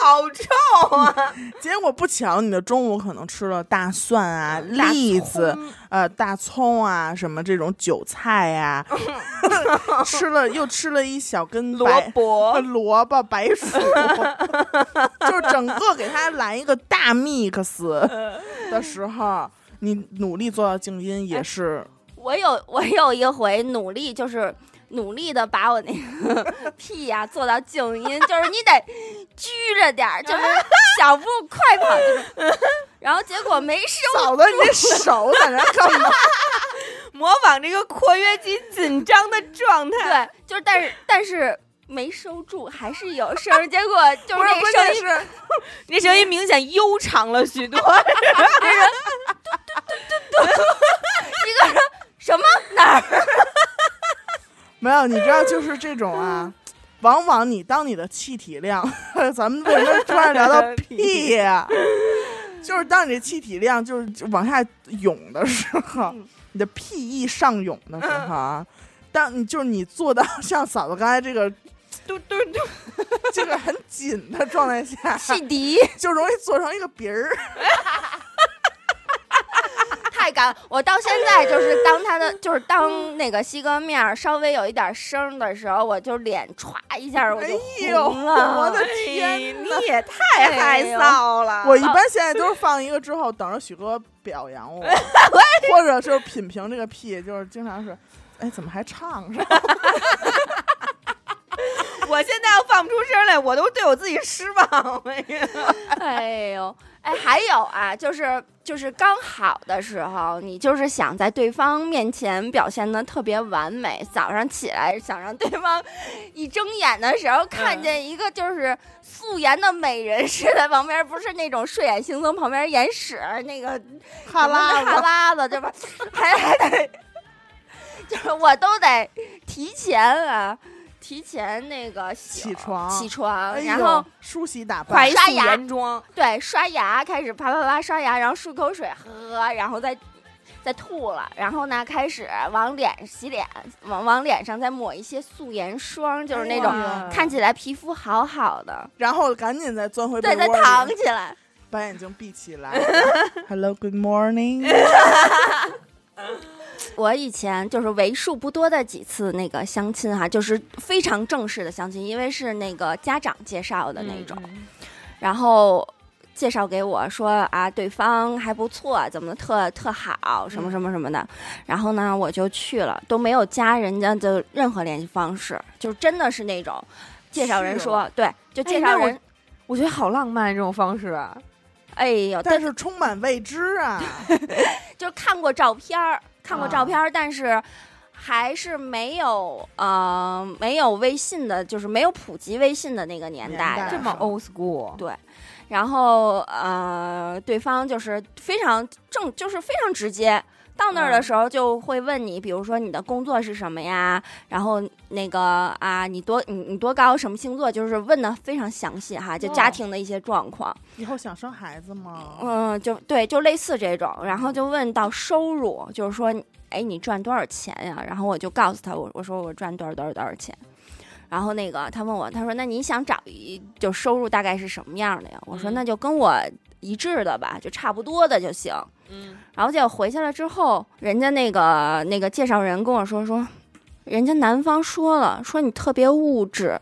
Speaker 3: 好臭啊！
Speaker 2: 结果不巧你的中午可能吃了大蒜啊、
Speaker 3: 嗯大
Speaker 2: 栗子、呃大葱啊什么这种韭菜 呀、吃了又吃了一小根
Speaker 3: 萝
Speaker 2: 白呃
Speaker 3: 卜，
Speaker 2: 萝卜、白 薯，就是整个给它来一个大 mix
Speaker 3: 嗯
Speaker 2: 的时候，你努力做到静音也是
Speaker 4: 我有我有一回努力就是。努力的把我那个 屁呀、做到静音，就是你得拘着点儿，就是小步快跑，就是，然后结果没收，
Speaker 2: 嫂子，你这手在那干嘛？
Speaker 3: 模仿这个括约肌紧张的状态。
Speaker 4: 对，就是但是但是没收住，还是有声儿，结果就是
Speaker 3: 不是，关
Speaker 4: 那个声
Speaker 3: 键
Speaker 4: 音
Speaker 3: 是那声音 明显悠长了许 多。
Speaker 4: 一个人什么哪儿
Speaker 2: 没有，你知道就是这种 啊。往往你当你的气体量， 咱们为什么突然聊到屁呀、 就是当你的气体量就是往下涌的时候，你的屁意上涌的时候啊，当你就是你做到像嫂子刚才这个
Speaker 3: 嘟嘟嘟，
Speaker 2: 这个很紧的状态下，
Speaker 4: 汽笛？
Speaker 2: 就容易做成一个鼻 儿。
Speaker 4: 太干，我到现在就是当他的，就是当那个西哥面儿稍微有一点声儿的时候，我就脸歘一下我
Speaker 2: 哎
Speaker 4: 就
Speaker 2: 呦，
Speaker 4: 红
Speaker 2: 我
Speaker 4: 了。
Speaker 2: 的天！
Speaker 3: 哎你也太害臊了！
Speaker 2: 我一般现在都是放一个之后，等着许哥表扬 我，或者就是品评这个屁，就是经常是，哎，怎么还唱上？
Speaker 3: 我现在要放不出声来，我都对我自己失望。哎呀
Speaker 4: 哎呦，哎，哎，还有啊，就是就是刚好的时候，你就是想在对方面前表现的特别完美。早上起来想让对方一睁眼的时候看
Speaker 2: 嗯
Speaker 4: 见一个就是素颜的美人是在旁边，不是那种睡眼惺忪旁边眼屎那个
Speaker 2: 哈喇
Speaker 4: 哈
Speaker 2: 子，
Speaker 4: 喇子对吧？还还得，就是我都得提前啊，提前那个醒
Speaker 2: 起床
Speaker 4: 起床，
Speaker 2: 哎呦
Speaker 4: 然后
Speaker 2: 梳洗打
Speaker 3: 快
Speaker 2: 扮
Speaker 4: 快，刷
Speaker 3: 速
Speaker 4: 牙
Speaker 3: 原装，
Speaker 4: 对，刷牙开始啪啪啪刷牙，然后漱口水喝，然后再再吐了，然后呢开始往脸洗脸，往往脸上再抹一些素颜霜，就是那种
Speaker 2: 哎呀
Speaker 4: 看起来皮肤好好的，
Speaker 2: 然后赶紧再钻回被
Speaker 4: 对，再
Speaker 2: 窝
Speaker 4: 躺
Speaker 2: 里，
Speaker 4: 起来。
Speaker 2: 把眼睛闭起 来。Hello，Good morning。
Speaker 4: 我以前就是为数不多的几次那个相亲哈、就是非常正式的相亲，因为是那个家长介绍
Speaker 3: 嗯
Speaker 4: 的
Speaker 2: 嗯
Speaker 4: 那种，然后介绍给我说啊，对方还不错，怎么特特好，什么什么什么的。然后呢，我就去了，都没有加人家的任何联系方式，就真的是那种介绍人
Speaker 2: 去
Speaker 4: 说，对，就介
Speaker 3: 哎那
Speaker 4: 绍
Speaker 3: 我
Speaker 4: 人，
Speaker 3: 我觉得好浪漫这种方式啊，
Speaker 4: 哎呦，
Speaker 2: 但是充满未知 啊，
Speaker 4: 就是看过照片儿，看过照片儿，但是还是没有呃没有微信的，就是没有普及微信的那个年代
Speaker 2: 年代
Speaker 4: 的
Speaker 3: 这么
Speaker 2: 是
Speaker 3: old school，
Speaker 4: 对，然后呃，对方就是非常正，就是非常直接。到那儿的时候就会问你，比如说你的工作是什么呀？然后那个啊，你多你你多高，什么星座？就是问的非常详细哈，就家
Speaker 3: 哦
Speaker 4: 庭的一些状况。
Speaker 2: 以后想生孩子吗？
Speaker 4: 嗯，就对，就类似这种，然后就问到收入，就是说，哎，你赚多少钱呀？然后我就告诉他，我我说我赚多少多少多少钱。然后那个他问我，他说那你想找一就收入大概是什么样的呀？我说
Speaker 3: 嗯
Speaker 4: 那就跟我一致的吧，就差不多的就行。
Speaker 3: 嗯，
Speaker 4: 然后结果回去了之后，人家那个那个介绍人跟我说说，人家男方说了，说你特别物质，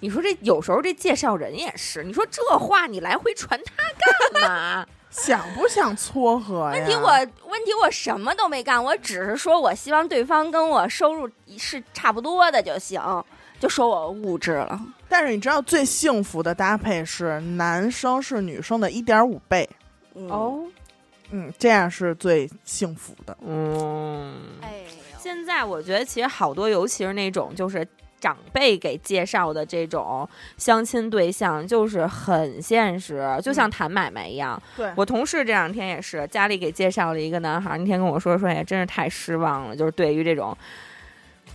Speaker 3: 你说这有时候这介绍人也是，你说这话你来回传他干嘛？
Speaker 2: 想不想撮合呀？
Speaker 4: 问题我问题我什么都没干，我只是说我希望对方跟我收入是差不多的就行，就说我物质了。
Speaker 2: 但是你知道最幸福的搭配是男生是女生的一点五倍，
Speaker 4: 嗯，
Speaker 3: 哦，
Speaker 2: 嗯，这样是最幸福的。
Speaker 3: 嗯，
Speaker 4: 哎呦，
Speaker 3: 现在我觉得其实好多，尤其是那种就是长辈给介绍的这种相亲对象，就是很现实，就像谈买卖一样。
Speaker 2: 对
Speaker 3: 我同事这两天也是，家里给介绍了一个男孩儿，那天跟我说说，哎呀，真是太失望了，就是对于这种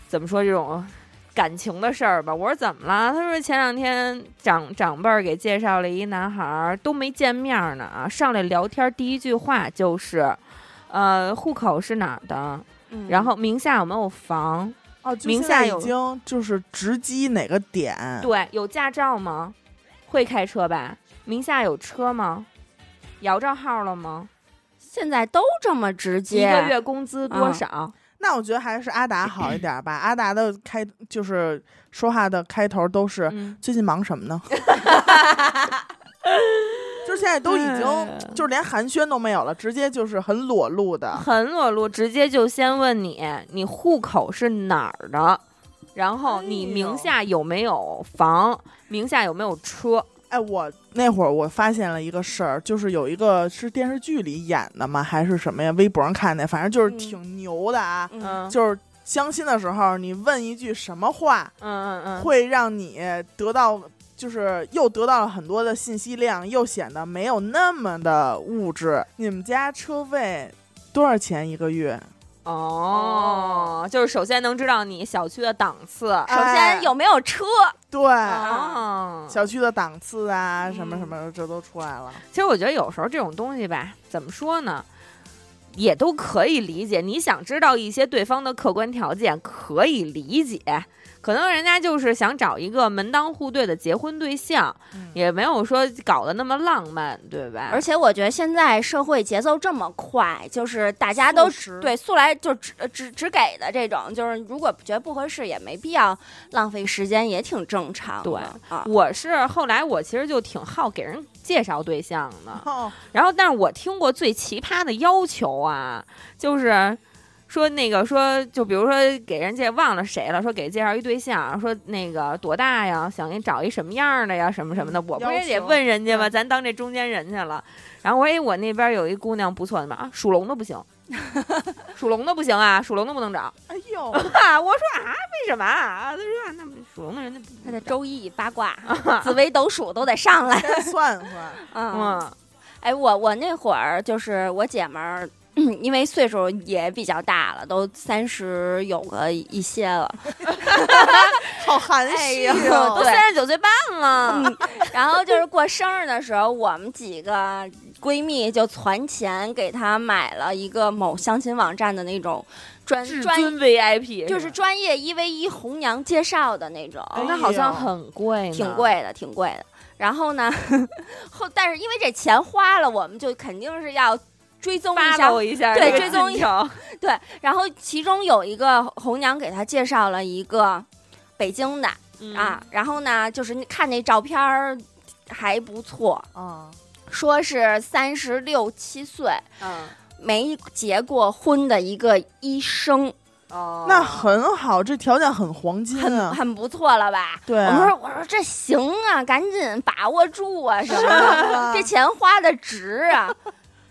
Speaker 3: 怎么说这种。感情的事儿吧，我说怎么了？他说前两天长长辈儿给介绍了一男孩儿，都没见面儿呢啊，上来聊天儿第一句话就是，呃，户口是哪儿的？
Speaker 4: 嗯
Speaker 3: 然后名下有没有房？
Speaker 2: 哦，就
Speaker 3: 名
Speaker 2: 现在
Speaker 3: 下
Speaker 2: 已
Speaker 3: 有
Speaker 2: 经就是直击哪个点，
Speaker 3: 对，有驾照吗？会开车吧？名下有车吗？摇照号了吗？
Speaker 4: 现在都这么直
Speaker 3: 一
Speaker 4: 接，
Speaker 3: 个月工资多
Speaker 4: 嗯
Speaker 3: 少？
Speaker 2: 那我觉得还是阿达好一点吧。阿达的开就是说话的开头都是、
Speaker 3: 嗯，
Speaker 2: 最近忙什么呢？ 就是现在都已
Speaker 3: 哎
Speaker 2: 经就是连寒暄都没有了，直接就是很裸露的。
Speaker 3: 很裸露，直接就先问你，你户口是哪儿的？然后你
Speaker 2: 哎呦
Speaker 3: 名下有没有房？名下有没有车？
Speaker 2: 哎，我那会儿我发现了一个事儿，就是有一个是电视剧里演的吗？还是什么呀？微博上看的，反正就是
Speaker 4: 嗯
Speaker 2: 挺牛的啊。
Speaker 4: 嗯，
Speaker 2: 就是相亲的时候，你问一句什么话，
Speaker 3: 嗯嗯嗯，
Speaker 2: 会让你得到。就是又得到了很多的信息量，又显得没有那么的物质。你们家车位多少钱一个月？
Speaker 3: 哦，就是首先能知道你小区的档次。
Speaker 4: 首先
Speaker 2: 哎
Speaker 4: 有没有车？
Speaker 2: 对，
Speaker 3: 哦，
Speaker 2: 小区的档次啊，什么
Speaker 4: 嗯
Speaker 2: 什么，这都出来了。
Speaker 3: 其实我觉得有时候这种东西吧，怎么说呢，也都可以理解。你想知道一些对方的客观条件，可以理解。可能人家就是想找一个门当户对的结婚对象，
Speaker 2: 嗯
Speaker 3: 也没有说搞得那么浪漫，对吧？
Speaker 4: 而且我觉得现在社会节奏这么快，就是大家都
Speaker 2: 速食
Speaker 4: 对素来就只只只给的这种，就是如果觉得不合适也没必要浪费时间，也挺正常的。
Speaker 3: 对嗯
Speaker 4: 啊，
Speaker 3: 我是后来我其实就挺好给人介绍对象的，
Speaker 2: 哦，
Speaker 3: 然后，但是我听过最奇葩的要求啊，就是说那个说，就比如说给人介忘了谁了，说给介绍一对象，说那个多大呀，想给你找一什么样的呀，什么什么的，我不
Speaker 2: 要
Speaker 3: 也得
Speaker 2: 求
Speaker 3: 问人家吗？
Speaker 2: 嗯
Speaker 3: 咱当这中间人去了。然后我说，哎，我那边有一姑娘不错的嘛，啊，属龙的不行，属龙的不行啊，属龙的不能找。
Speaker 2: 哎呦，
Speaker 3: 啊，我说啊，为什么啊？他说啊，那属龙的人家不
Speaker 4: 他的周易 八卦、紫微斗数都得上来。
Speaker 2: 该算算，
Speaker 4: 嗯，
Speaker 3: 嗯
Speaker 4: 哎，我我那会儿就是我姐们儿。嗯因为岁数也比较大了，都三十有个一些了，
Speaker 2: 好含
Speaker 4: 哎
Speaker 2: 蓄
Speaker 4: 呦
Speaker 2: 哦
Speaker 3: 都
Speaker 4: 对
Speaker 3: 三十九岁半了，啊
Speaker 4: 嗯，然后就是过生日的时候，我们几个闺蜜就攒钱给她买了一个某相亲网站的那种专
Speaker 3: 至
Speaker 4: 专，
Speaker 3: 尊 VIP
Speaker 4: 就是
Speaker 3: 吧
Speaker 4: 专业一 v 一红娘介绍的那种，
Speaker 2: 哎
Speaker 3: 那好像很贵，
Speaker 4: 挺。贵的，挺贵的。然后呢， 后但是因为这钱花了，我们就肯定是要追踪一下
Speaker 3: follow 一下，
Speaker 4: 对追踪一
Speaker 3: 下，
Speaker 4: 对，然后其中有一个红娘给他介绍了一个北京的、
Speaker 3: 嗯
Speaker 4: 啊，，然后呢，就是你看那照片儿还不错，
Speaker 2: 啊，
Speaker 4: 说是三十六七岁
Speaker 3: 嗯，
Speaker 4: 没结过婚的一个医生，
Speaker 3: 哦，
Speaker 2: 嗯那很好，这条件很黄金
Speaker 4: 很
Speaker 2: 啊。
Speaker 4: 很不错了吧？
Speaker 2: 对啊
Speaker 4: 我说我说这行啊，赶紧把握住啊什么
Speaker 2: 是
Speaker 4: 的，
Speaker 2: 啊
Speaker 4: 这钱花的值啊。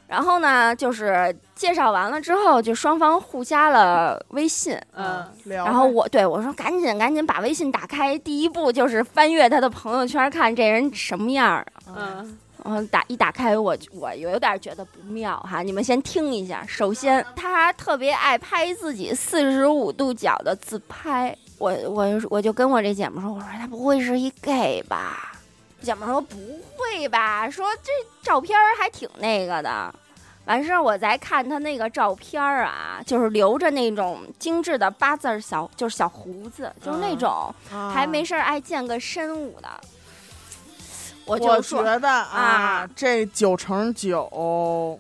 Speaker 4: 然后呢，就是介绍完了之后，就双方互加了微信。
Speaker 3: 嗯，
Speaker 2: 聊
Speaker 4: 然后
Speaker 2: 呗
Speaker 4: 我对我说：“赶紧赶紧把微信打开，第一步就是翻阅他的朋友圈，看这人什么样儿。”
Speaker 3: 嗯，
Speaker 4: 然后打一打开我我有点觉得不妙哈，你们先听一下。首先，他特别爱拍自己四十五度角的自拍，我我我就跟我这姐们说，我说他不会是一 gay 吧？姐们说不会吧，说这照片儿还挺那个的。完事儿我再看他那个照片儿啊，就是留着那种精致的八字儿小，就是小胡子，就是那
Speaker 3: 嗯
Speaker 4: 种、
Speaker 2: 啊
Speaker 4: 还没事儿爱健个身舞的。我
Speaker 2: 我
Speaker 4: 就
Speaker 2: 觉
Speaker 4: 说，
Speaker 2: 得啊
Speaker 4: 啊，
Speaker 2: 这九乘九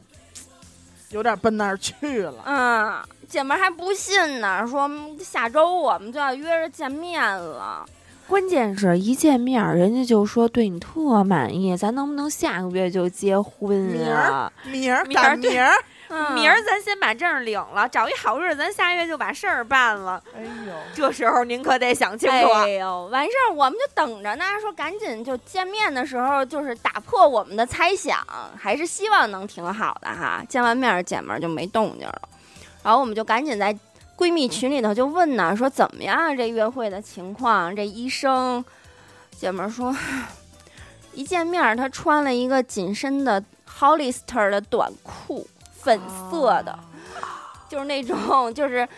Speaker 2: 有点奔那儿去了。
Speaker 4: 嗯，姐们儿还不信呢，说嗯下周我们就要约着见面了。
Speaker 3: 关键是一见面儿，人家就说对你特满意，咱能不能下个月就结婚
Speaker 2: 明
Speaker 3: 啊
Speaker 2: 儿？明儿
Speaker 3: 明儿
Speaker 2: 赶
Speaker 3: 对
Speaker 2: 明儿，
Speaker 4: 嗯、
Speaker 3: 明儿咱先把证领了，找一好日子，咱下月就把事儿办了。
Speaker 2: 哎呦，
Speaker 3: 这时候您可得想清楚啊
Speaker 4: 哎，呦，完事儿我们就等着呢，说赶紧就见面的时候，就是打破我们的猜想，还是希望能挺好的哈。见完面儿，姐们儿就没动静了，然后我们就赶紧在闺蜜群里头就问呢，说怎么样啊这约会的情况？这医生姐们儿说，一见面儿她穿了一个紧身的 Hollister 的短裤，粉色的，就是那种就是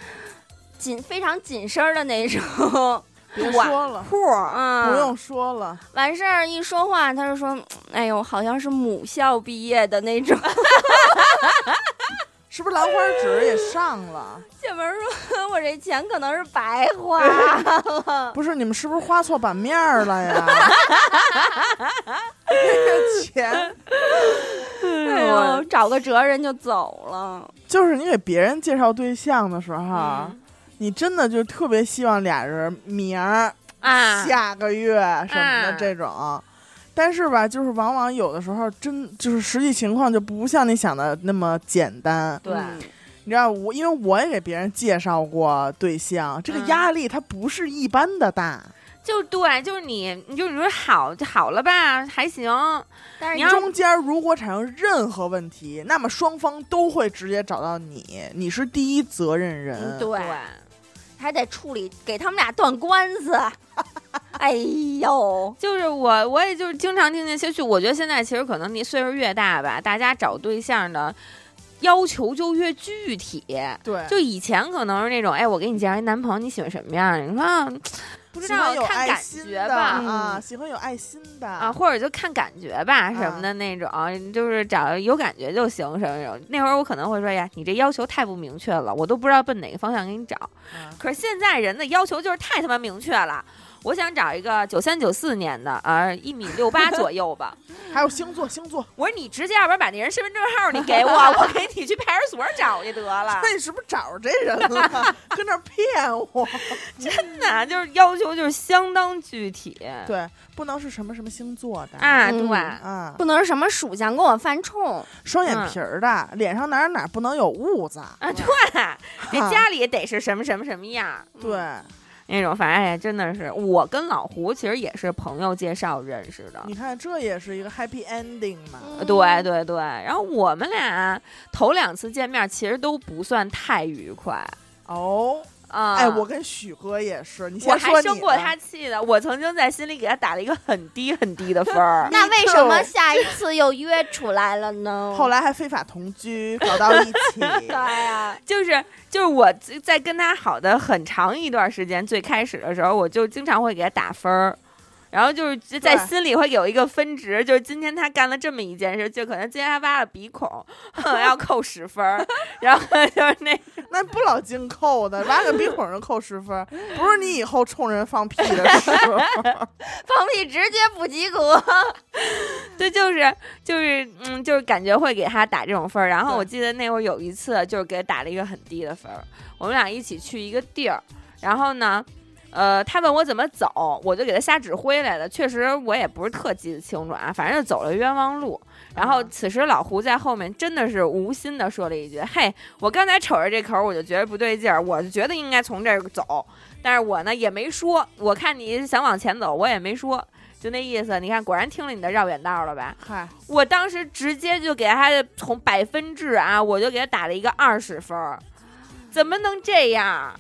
Speaker 4: 紧非常紧身儿的那种。
Speaker 2: 别
Speaker 4: 短
Speaker 2: 说了，
Speaker 3: 裤儿
Speaker 4: 嗯，
Speaker 2: 不用说了，
Speaker 4: 完事儿一说话，他就说：“哎呦，好像是母校毕业的那种。
Speaker 2: 是不是兰花指也上了？”
Speaker 4: 姐们儿说：“ 我这钱可能是白花了。
Speaker 2: 不是，你们是不是花错版面儿了呀？这个钱
Speaker 4: 哎呦，找个辙人就走了。
Speaker 2: 就是你给别人介绍对象的时候，啊
Speaker 3: 嗯
Speaker 2: 你真的就特别希望俩人明儿
Speaker 3: 啊，
Speaker 2: 下个月什么的
Speaker 3: 啊
Speaker 2: 这种。但是吧，就是往往有的时候真就是实际情况就不像你想的那么简单。
Speaker 3: 对
Speaker 4: 嗯
Speaker 2: 你知道我，因为我也给别人介绍过对象，这个
Speaker 3: 嗯
Speaker 2: 压力它不是一般的大。
Speaker 3: 就对，就是你，你就你说好就好了吧，还行，
Speaker 4: 但
Speaker 3: 你
Speaker 4: 是
Speaker 3: 要
Speaker 2: 中间如果产生任何问题，那么双方都会直接找到你，你是第一责任人。
Speaker 4: 嗯对，还得处理，给他们俩断官司。 哎呦，
Speaker 3: 就是我，我也就是经常听见，些许我觉得现在其实可能你岁数越大吧，大家找对象的要求就越具体。
Speaker 2: 对
Speaker 3: 就以前可能是那种，哎，我给你介绍一男朋友，你喜欢什么样儿？你说啊
Speaker 2: 不
Speaker 3: 知
Speaker 2: 喜欢
Speaker 3: 道
Speaker 2: 有
Speaker 3: 看
Speaker 2: 爱
Speaker 3: 感
Speaker 2: 心
Speaker 3: 觉
Speaker 2: 的嗯
Speaker 3: 吧
Speaker 2: 啊，
Speaker 4: 嗯
Speaker 2: 喜欢有爱心的
Speaker 3: 啊，，或者就看感觉吧什么的那种，就是找有感觉就行什么那种。那会儿我可能会说哎呀，你这要求太不明确了，我都不知道奔哪个方向给你找。
Speaker 2: 啊
Speaker 3: 可是现在人的要求就是太他妈明确了。我想找一个九三九四年的，呃，一米六八左右吧。
Speaker 2: 还有星座，星 座，
Speaker 3: 我说你直接，要不然把那人身份证号你 给我，我给你去派出所找去得了。
Speaker 2: 那你是不是找着这人 了？跟那儿骗我？
Speaker 3: 真的就是要求就是相当具体。
Speaker 2: 对，不能是什么什么星座的
Speaker 3: 啊，
Speaker 4: 嗯
Speaker 3: 对，
Speaker 2: 啊，
Speaker 4: 不能是什么属相跟我犯冲，。
Speaker 2: 双
Speaker 3: 嗯
Speaker 2: 眼皮儿的，脸上哪儿哪儿不能有痦子。
Speaker 3: 啊，对，这家里得是什么什么什么样。
Speaker 2: 对，嗯
Speaker 3: 那种，反正哎，真的是我跟老胡其实也是朋友介绍认识的。
Speaker 2: 你看这也是一个 happy ending 嘛。
Speaker 3: 对对对，然后我们俩头两次见面其实都不算太愉快
Speaker 2: 哦，
Speaker 3: 啊。
Speaker 2: 哎，我跟许哥也是，你先
Speaker 3: 我还
Speaker 2: 说你
Speaker 3: 生过
Speaker 2: 吧
Speaker 3: 他气的，我曾经在心里给他打了一个很低很低的分儿
Speaker 4: 那为什么下一次又约出来了呢？
Speaker 2: 后来还非法同居，搞到一 起。
Speaker 4: 对啊呀，
Speaker 3: 就是就是我在跟他好的很长一段时间，最开始的时候我就经常会给他打分儿，然后就是就在
Speaker 2: 对
Speaker 3: 心里会有一个分值，就是今天他干了这么一件事，就可能今天他挖了鼻孔， 要扣十分儿， 然后就是那
Speaker 2: 那不老金扣的，挖个鼻孔就扣十分，不是你以后冲人放屁的时候。
Speaker 4: 放屁直接不及格。
Speaker 3: 对，就是就是嗯，就是感觉会给他打这种分儿。然后我
Speaker 2: 对
Speaker 3: 记得那会儿有一次，就是给他打了一个很低的分儿。我们俩一起去一个地儿，然后呢，呃，他问我怎么走，我就给他瞎指挥来的。确实我也不是特记得清楚啊，反正就走了冤枉路。然后此时老胡在后面真的是无心的说了一句：“嘿，我刚才瞅着这口儿，我就觉得不对劲儿，我就觉得应该从这儿走。”但是我呢也没说，我看你想往前走，我也没说，就那意思。你看，果然听了你的绕远道了吧？
Speaker 2: 嗨，
Speaker 3: 我当时直接就给他从百分制啊，我就给他打了一个二十分儿，怎么能这样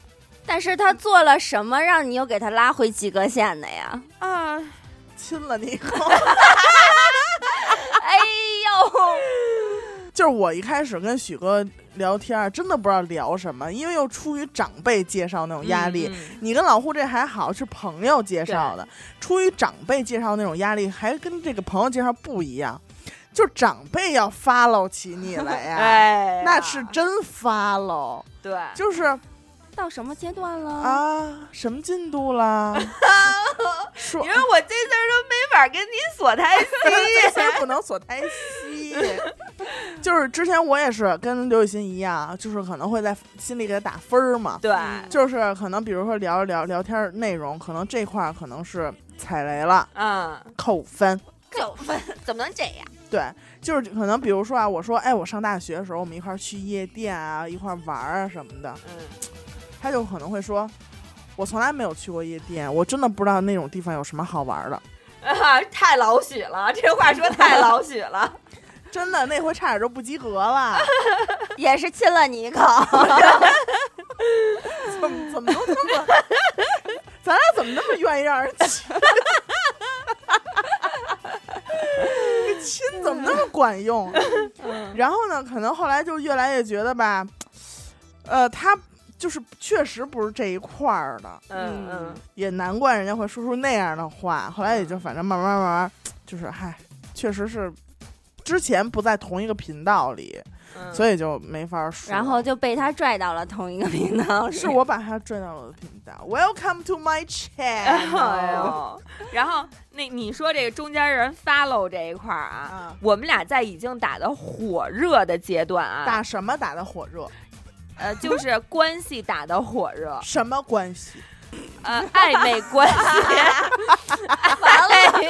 Speaker 4: 但是他做了什么让你又给他拉回及格线的 呀？
Speaker 3: 啊？
Speaker 2: 亲了你一口。
Speaker 4: 哎 呦，
Speaker 2: 就是我一开始跟许哥聊天儿，真的不知道聊什么，因为又出于长辈介绍那种压力。
Speaker 3: 嗯
Speaker 2: 你跟老户这还好，是朋友介绍的，出于长辈介绍那种压力，还跟这个朋友介绍不一样。就长辈要 follow 起你来 呀、
Speaker 3: 哎呀，
Speaker 2: 那是真 follow，
Speaker 3: 对，
Speaker 2: 就是
Speaker 4: 到什么阶段了？
Speaker 2: 啊，什么进度啦？ 说
Speaker 3: 因为我这事儿都没法跟你所 太
Speaker 2: 这
Speaker 3: 细。
Speaker 2: 事儿不能所太细。就是之前我也是跟刘雨欣一样，就是可能会在心里给他打分儿嘛。
Speaker 3: 对，
Speaker 2: 就是可能比如说聊一聊聊天儿内容，可能这块儿可能是踩雷了，
Speaker 3: 嗯，
Speaker 2: 扣五分。
Speaker 4: 九分，怎么能这样？
Speaker 2: 对，就是可能比如说啊，我说哎，我上大学的时候我们一块儿去夜店啊，一块儿玩儿啊什么的，
Speaker 3: 嗯，
Speaker 2: 他就可能会说。我从来没有去过夜店，我真的不知道那种地方有什么好玩儿的。
Speaker 3: 啊， 太老许了，这话说太老许 了。
Speaker 2: 真的，那回差点就不及格了。
Speaker 4: 也是亲了你一 口，
Speaker 2: 怎么怎么都这么，咱俩怎么那么愿意让人亲？这 亲怎么那么管用？啊然后呢，可能后来就越来越觉得吧，呃，他就是确实不是这一块儿的，
Speaker 3: 嗯嗯，
Speaker 2: 也难怪人家会说出那样的话。后来也就反正慢慢慢慢，就是嗨，确实是之前不在同一个频道里，
Speaker 3: 嗯
Speaker 2: 所以就没法说。
Speaker 4: 然后就被他拽到了同一个频道里。
Speaker 2: 是我把他拽到了我的频道。Welcome to my
Speaker 3: 哎
Speaker 2: channel。
Speaker 3: 呦，然后那你说这个中间人 follow 这一块儿啊，
Speaker 2: 啊，
Speaker 3: 我们俩在已经打的火热的阶段啊，
Speaker 2: 打什么打的火热？，
Speaker 3: 呃，就是关系打的火热
Speaker 2: 什么关系？
Speaker 3: 呃，暧昧关系，
Speaker 4: 完了，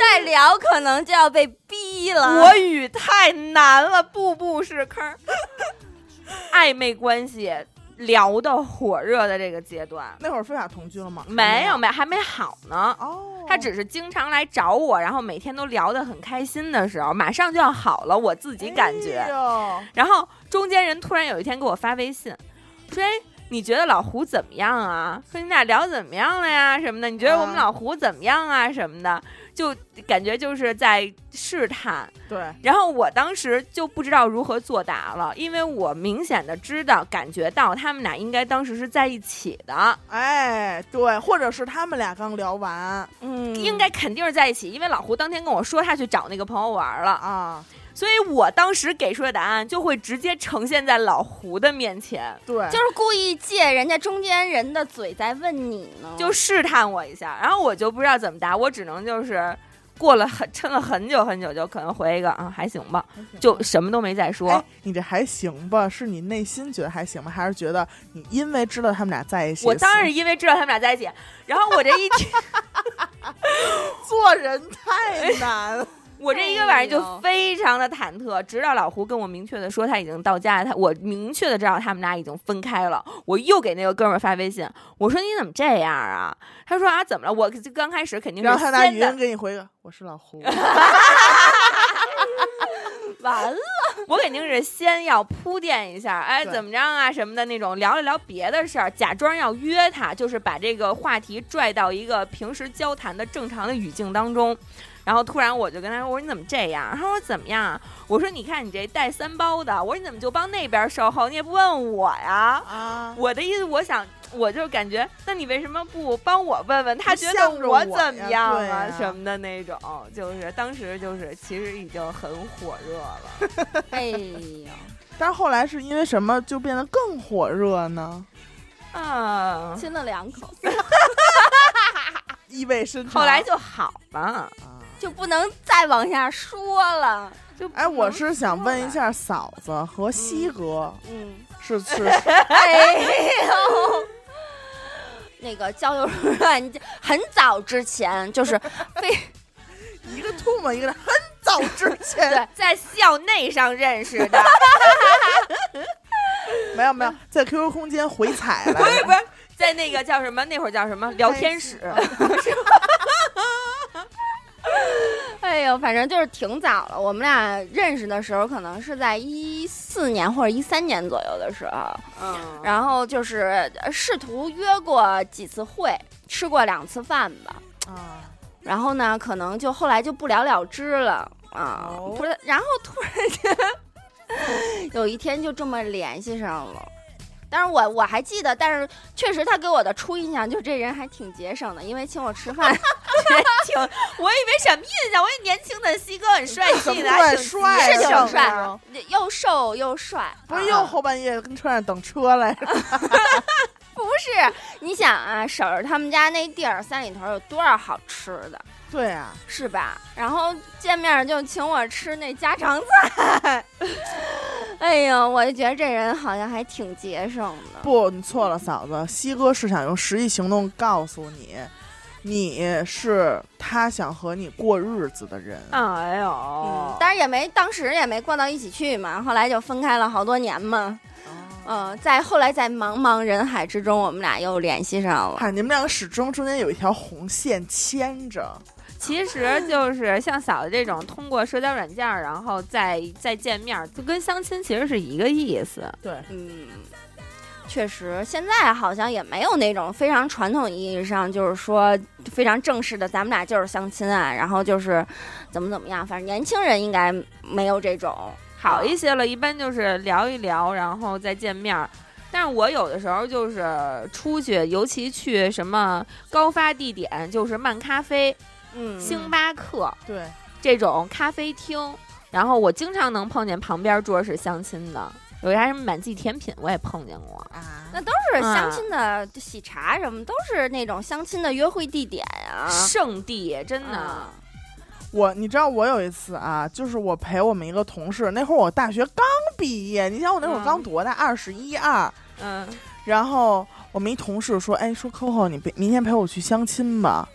Speaker 4: 再聊可能就要被逼了。
Speaker 3: 国语太难了，步步是坑儿。暧昧关系聊的火热的这个阶段，
Speaker 2: 那会儿非法同居了吗？
Speaker 3: 没有没还没好呢。
Speaker 2: 哦，
Speaker 3: 他只是经常来找我，然后每天都聊得很开心的时候，马上就要好了，我自己感觉。
Speaker 2: 哎呦
Speaker 3: 然后中间人突然有一天给我发微信，说：“哎，你觉得老胡怎么样啊？说你俩聊怎么样了呀？什么的？你觉得我们
Speaker 2: 啊
Speaker 3: 老胡怎么样啊？什么的？就感觉就是在试探。
Speaker 2: 对，
Speaker 3: 然后我当时就不知道如何作答了，因为我明显的知道、感觉到他们俩应该当时是在一起的。
Speaker 2: 哎对，或者是他们俩刚聊完，
Speaker 4: 嗯
Speaker 3: 应该肯定是在一起，因为老胡当天跟我说他去找那个朋友玩了，
Speaker 2: 啊，
Speaker 3: 所以我当时给出的答案就会直接呈现在老胡的面前，
Speaker 2: 对，
Speaker 4: 就是故意借人家中间人的嘴在问你呢，
Speaker 3: 就试探我一下，然后我就不知道怎么答，我只能就是过了很撑了很久很久，就可能回一个啊还行吧，就什么都没再说。
Speaker 2: 哎，你这还行吧？是你内心觉得还行吧，还是觉得你因为知道他们俩在一起？
Speaker 3: 我当然是因为知道他们俩在一起，然后我这一 天
Speaker 2: 做人太难了。
Speaker 3: 我这一个晚上就非常的忐忑，直到老胡跟我明确的说他已经到家了，他我明确的知道他们俩已经分开了。我又给那个哥们儿发微信，我说你怎么这样啊？他说啊怎么了？我就刚开始肯定
Speaker 2: 然
Speaker 3: 是
Speaker 2: 后他拿
Speaker 3: 先
Speaker 2: 语音
Speaker 3: 的，
Speaker 2: 给你回个：“我是老胡。
Speaker 4: 完 了，
Speaker 3: 我肯定是先要铺垫一下，哎
Speaker 2: 对
Speaker 3: 怎么着啊什么的那种，聊一聊别的事儿，假装要约他，就是把这个话题拽到一个平时交谈的正常的语境当中。然后突然我就跟他说：“我说你怎么这样？”他说：“怎么样啊？”我说：“你看你这带三包的，我说你怎么就帮那边售后，你也不问我呀”？
Speaker 2: 啊，
Speaker 3: 我的意思，我想，我就感觉，那你为什么不帮我问问他
Speaker 2: 不
Speaker 3: 觉得
Speaker 2: 向着
Speaker 3: 我
Speaker 2: 我
Speaker 3: 怎
Speaker 2: 呀
Speaker 3: 么样
Speaker 2: 对
Speaker 3: 啊
Speaker 2: 呀
Speaker 3: 什么的那种？就是当时就是其实已经很火热了，
Speaker 4: 哎呦，
Speaker 2: 但是后来是因为什么就变得更火热呢？
Speaker 3: 啊，
Speaker 4: 亲了两口
Speaker 2: 意味深长。
Speaker 3: 后来就好了，
Speaker 2: 啊，
Speaker 4: 就不能再往下说了，
Speaker 3: 就不
Speaker 2: 哎，我
Speaker 3: 能
Speaker 2: 是想
Speaker 3: 说
Speaker 2: 问一
Speaker 3: 了
Speaker 2: 下嫂子和西哥，
Speaker 4: 嗯，
Speaker 2: 是是
Speaker 4: 哎呦。那个交友软件很早之前就是
Speaker 2: 一个吐沫一个很早之前
Speaker 4: 对
Speaker 3: 在校内上认识 的，
Speaker 2: 没有没有在 QQ 空间回踩了
Speaker 3: 不是不是，在那个叫什么那会儿叫什么聊天室，
Speaker 4: 哎呦，反正就是挺早了。我们俩认识的时候，可能是在一四年或者一三年左右的时候，
Speaker 3: 嗯，然后
Speaker 4: 然后就是呃试图约过几次会，吃过两次饭吧。
Speaker 2: 啊，
Speaker 4: 然后呢，可能就后来就不了了之了啊
Speaker 2: 哦。
Speaker 4: 不是，然后突然间 有一天就这么联系上了。但是我我还记得，但是确实他给我的初印象就这人还挺节省的，因为请我吃饭
Speaker 3: 挺，我以为什么印象？我以为年轻的西哥很帅
Speaker 2: 怎么
Speaker 3: 气 的，还
Speaker 2: 对
Speaker 3: 挺
Speaker 2: 帅啊
Speaker 4: 是挺
Speaker 2: 上
Speaker 4: 帅
Speaker 2: 了
Speaker 4: 的又瘦又帅，
Speaker 2: 不是
Speaker 4: 啊
Speaker 2: 又后半夜跟车上等车来着？
Speaker 4: 不是，你想啊，婶儿他们家那地儿三里屯有多少好吃的，
Speaker 2: 对啊，
Speaker 4: 是吧？然后见面就请我吃那家常菜， 哎呀，我就觉得这人好像还挺节省的。
Speaker 2: 不，你错了，嫂子，西哥是想用实际行动告诉你，你是他想和你过日子的人。
Speaker 3: 哎呦，
Speaker 4: 嗯，当然也没，当时也没过到一起去嘛，后来就分开了好多年嘛。
Speaker 2: 哦
Speaker 4: 嗯、在后来在茫茫人海之中，我们俩又联系上了。
Speaker 2: 嗨，你们两个始终中间有一条红线牵着，
Speaker 3: 其实就是像嫂子这种通过社交软件儿，然后再再见面儿，就跟相亲其实是一个意思。
Speaker 2: 对，
Speaker 4: 嗯，确实，现在好像也没有那种非常传统意义上，就是说非常正式的，咱们俩就是相亲啊，然后就是怎么怎么样，反正年轻人应该没有这种。啊
Speaker 3: 好一些了，一般就是聊一聊，然后再见面儿。但是我有的时候就是出去，尤其去什么高发地点，就是漫咖啡、
Speaker 4: 嗯，
Speaker 3: 星巴克
Speaker 2: 对，
Speaker 3: 这种咖啡厅，然后我经常能碰见旁边桌是相亲的，有一家什么满记甜品我也碰见过。
Speaker 2: 啊
Speaker 4: 那都是相亲的喜茶什么，都是那种相亲的约会地点啊。
Speaker 3: 圣地真的，
Speaker 4: 啊
Speaker 2: 我你知道我有一次啊，就是我陪我们一个同事，那会儿我大学刚毕业，你想我那会儿
Speaker 3: 嗯
Speaker 2: 刚多大，二十一二，
Speaker 3: 嗯，
Speaker 2: 然后我们一同事说，哎，说 Coco，你陪明天陪我去相亲吧。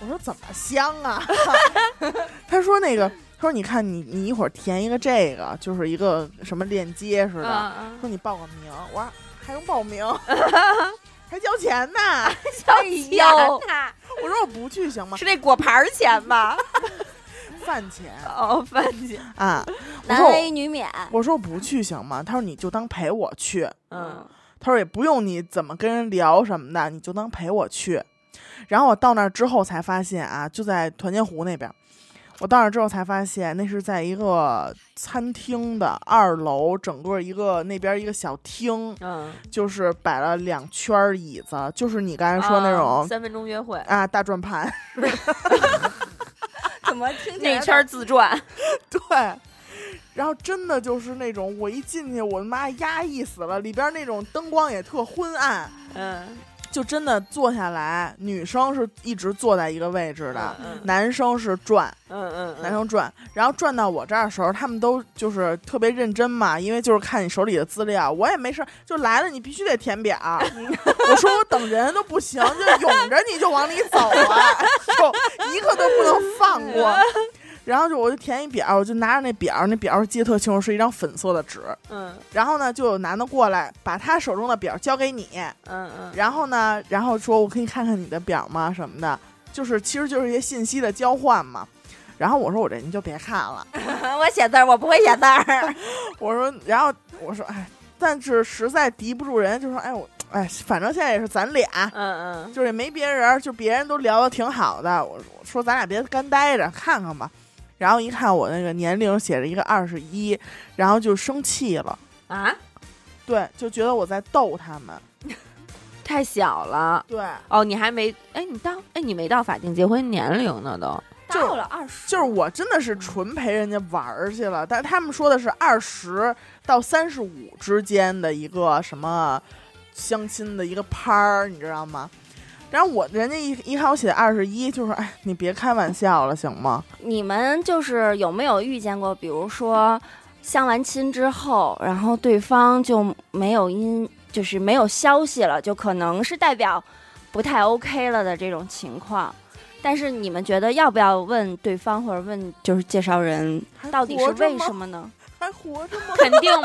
Speaker 2: 我说怎么相啊？ 他说那个，他说你看你你一会儿填一个这个，就是一个什么链接似的，
Speaker 3: 嗯
Speaker 2: 说你报个名，我说还用报名， 还交钱呢。
Speaker 4: 哎
Speaker 3: 哟
Speaker 4: 呦，，
Speaker 2: 我说我不去行吗？
Speaker 3: 嗯是那果盘儿钱 吧？
Speaker 2: 饭钱
Speaker 3: 哦，饭钱，
Speaker 2: 啊！我
Speaker 4: 男
Speaker 2: 说
Speaker 4: 为
Speaker 2: 我
Speaker 4: 女免。
Speaker 2: 我说我不去行吗？他说你就当陪我去，
Speaker 3: 嗯，
Speaker 2: 他说也不用你怎么跟人聊什么的，你就当陪我去。然后我到那儿之后才发现啊，就在团结湖那边，我到那儿之后才发现，那是在一个餐厅的二楼，整个一个那边一个小厅，
Speaker 3: 嗯，
Speaker 2: 就是摆了两圈儿椅子，就是你刚才说那种
Speaker 3: 啊三分钟约会，
Speaker 2: 啊大转盘，
Speaker 4: 怎么听起来
Speaker 3: 那圈儿自转，
Speaker 2: 对。然后真的就是那种，我一进去，我的妈压抑死了，里边那种灯光也特昏暗，
Speaker 3: 嗯，
Speaker 2: 就真的坐下来，女生是一直坐在一个位置的，
Speaker 3: 嗯
Speaker 2: 男生是转，
Speaker 3: 嗯嗯，
Speaker 2: 男生转，然后转到我这儿的时候，他们都就是特别认真嘛，因为就是看你手里的资料，我也没事儿，就来了你必须得填 表儿。我说我等人都不行，就涌着你就往里走 啊，就一刻都不能放过。然后就我就填一表儿，我就拿着那表儿，那表儿记得特清楚，是一张粉色的纸。
Speaker 3: 嗯
Speaker 2: 然后呢，就有男的过来，把他手中的表儿交给你，
Speaker 3: 嗯嗯，
Speaker 2: 然后呢，然后说我可以看看你的表吗？什么的，就是其实就是一些信息的交换嘛。然后我说我这您就别看了，
Speaker 4: 我写字儿，我不会写字 儿。
Speaker 2: 我说，然后我说，哎，但是实在敌不住人，就说，哎我，哎，反正现在也是咱俩，
Speaker 3: 嗯嗯，
Speaker 2: 就是也没别人，就别人都聊得挺好的。我我说咱俩别干待着，看看吧。然后一看我那个年龄写着一个二十一，然后就生气了，
Speaker 3: 啊，
Speaker 2: 对，就觉得我在逗他们，
Speaker 3: 太小了。
Speaker 2: 对，
Speaker 3: 哦，你还没哎，你到哎，你没到法定结婚年龄呢都。
Speaker 2: 就是
Speaker 4: 到了二十，
Speaker 2: 就是我真的是纯陪人家玩儿去了，但是他们说的是二十到三十五之间的一个什么相亲的一个拍儿，你知道吗？然后我人家一一看我写二十一，就说：“哎，你别开玩笑了，行吗
Speaker 4: 你们就是有没有遇见过，比如说相完亲之后，然后对方就没有音，就是没有消息了，就可能是代表不太 OK 了的这种情况。但是你们觉得要不要问对方或者问就是介绍人
Speaker 2: 还
Speaker 4: 到底是
Speaker 2: 活着
Speaker 4: 为
Speaker 2: 吗
Speaker 4: 什么呢？？”
Speaker 2: 还活着吗？
Speaker 3: 肯定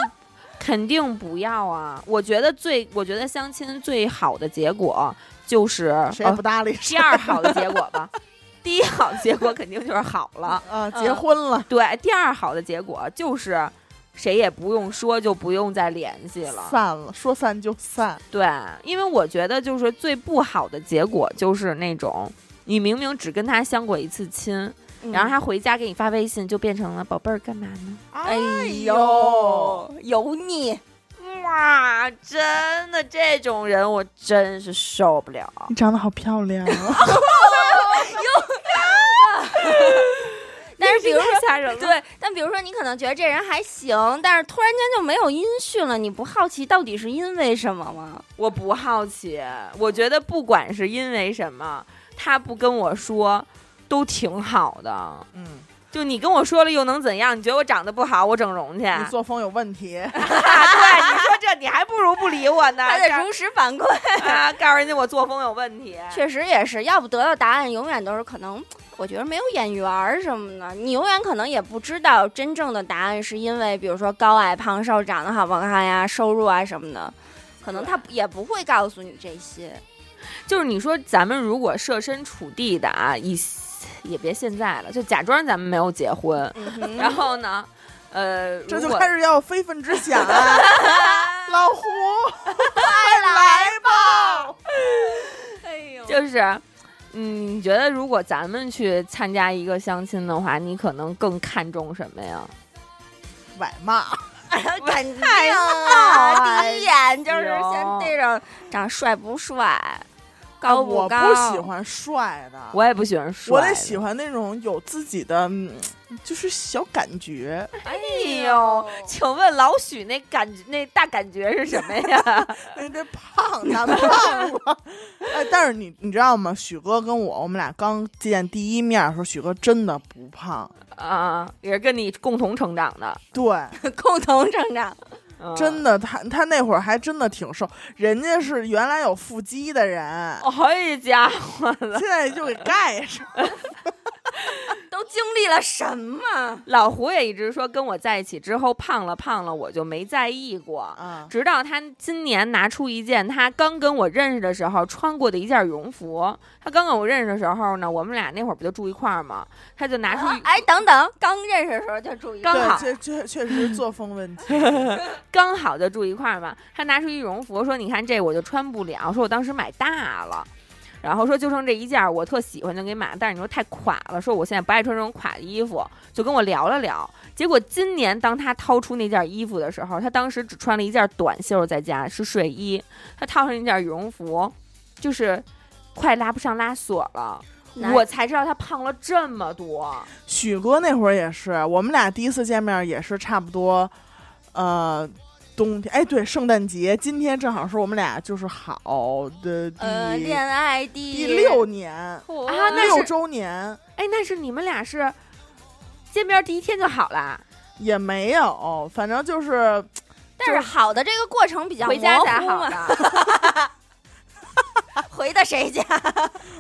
Speaker 3: 肯定不要啊！我觉得最，我觉得相亲最好的结果就是
Speaker 2: 谁也
Speaker 3: 呃
Speaker 2: 不搭理谁
Speaker 3: 第二好的结果吧。 第一好的结果肯定就是好了，
Speaker 2: 啊，结婚了，
Speaker 3: 对，第二好的结果就是谁也不用说，就不用再联系了。
Speaker 2: 散了，说散就散。
Speaker 3: 对，因为我觉得就是最不好的结果就是那种你明明只跟他相过一次亲，
Speaker 2: 嗯
Speaker 3: 然后他回家给你发微信，就变成了宝贝儿干嘛呢？
Speaker 4: 哎
Speaker 2: 哎
Speaker 4: 呦，油腻，
Speaker 3: 哇，真的这种人我真是受不 了。
Speaker 2: 你长得好漂亮啊！
Speaker 4: 但是比如说。
Speaker 3: 吓人了，
Speaker 4: 对，但比如说你可能觉得这人还行，但是突然间就没有音讯了，你不好奇到底是因为什么吗？
Speaker 3: 我不好奇，我觉得不管是因为什么，他不跟我说，都挺好的。
Speaker 2: 嗯，
Speaker 3: 就你跟我说了又能怎样？你觉得我长得不好，我整容去？ 啊
Speaker 2: 你作风有问题。
Speaker 3: 对，你说这你还不如不理我呢。
Speaker 4: 还
Speaker 3: 这
Speaker 4: 得如实反馈。
Speaker 3: 啊，告诉人家我作风有问题。
Speaker 4: 确实也是，要不得到答案永远都是可能，我觉得没有眼缘儿什么的，你永远可能也不知道真正的答案是因为，比如说高矮胖瘦、长得好不好看呀、收入啊什么的，可能他也不会告诉你这些。
Speaker 3: 就是你说咱们如果设身处地的啊，以也别现在了，就假装咱们没有结婚，
Speaker 4: 嗯 哼
Speaker 3: 然后呢，呃，
Speaker 2: 这
Speaker 3: 如
Speaker 2: 就
Speaker 3: 果
Speaker 2: 开始要非分之想 啊！老胡，快来吧！
Speaker 4: 哎呦，
Speaker 3: 就是，嗯，你觉得如果咱们去参加一个相亲的话，你可能更看重什么呀？
Speaker 2: 外骂，
Speaker 4: 肯定
Speaker 2: 闹
Speaker 4: 啊！
Speaker 2: 了
Speaker 4: 第一眼就是
Speaker 3: 哟
Speaker 4: 先对着长帅不帅，高
Speaker 2: 我
Speaker 4: 高，
Speaker 2: 不喜欢帅的，
Speaker 3: 啊我也不喜欢帅，
Speaker 2: 我得喜。欢那种有自己的，嗯就是小感觉。
Speaker 3: 哎呦，请问老许那感觉那大感觉是什么呀？
Speaker 2: 那这胖男胖了，哎，但是你你知道吗？许哥跟我，我们俩刚见第一面的时候，许哥真的不胖，
Speaker 3: 啊，也是跟你共同成长的，
Speaker 2: 对，
Speaker 4: 共同成长。
Speaker 3: 嗯
Speaker 2: 真。的，他他那会儿还真的挺瘦，人家是原来有腹肌的人，
Speaker 3: 哎家伙了，
Speaker 2: 现在就给盖上。
Speaker 4: 都经历了什么？啊
Speaker 3: 老胡也一直说跟我在一起之后胖了胖了，我就没在意过。
Speaker 2: 啊，
Speaker 3: 直到他今年拿出一件他刚跟我认识的时候穿过的一件羽绒服。他刚跟我认识的时候呢，我们俩那会儿不就住一块儿吗？他就拿出一、
Speaker 4: 哎，等等，刚认识的时候就注意
Speaker 3: 刚好
Speaker 2: 对，确确确实作风问题。
Speaker 3: 刚好就住一块儿嘛，他拿出一羽绒服说：“你看这我就穿不了。”说我当时买大了。然后说就剩这一件儿，我特喜欢就给买，但是你说太垮了，说我现在不爱穿这种垮的衣服，就跟我聊了聊。结果今年当他掏出那件衣服的时候，他当时只穿了一件短袖在家是睡衣，他套上一件羽绒服，就是快拉不上拉锁了。
Speaker 4: 那
Speaker 3: 我才知道他胖了这么多，
Speaker 2: 许哥那会儿也是，我们俩第一次见面也是差不多，呃，冬天哎，对，圣诞节，今天正好是我们俩就是好的第、
Speaker 4: 呃，恋爱
Speaker 2: 第
Speaker 4: 第
Speaker 2: 六年啊，
Speaker 4: 啊，
Speaker 3: 那是
Speaker 2: 六周年
Speaker 3: 哎，那是你们俩是见面第一天就好啦，
Speaker 2: 也没有，反正就是
Speaker 4: 但是好的这个过程比较
Speaker 3: 回家
Speaker 4: 模
Speaker 3: 才
Speaker 4: 糊
Speaker 3: 好
Speaker 4: 嘛，
Speaker 3: 的。
Speaker 4: 回的谁 家？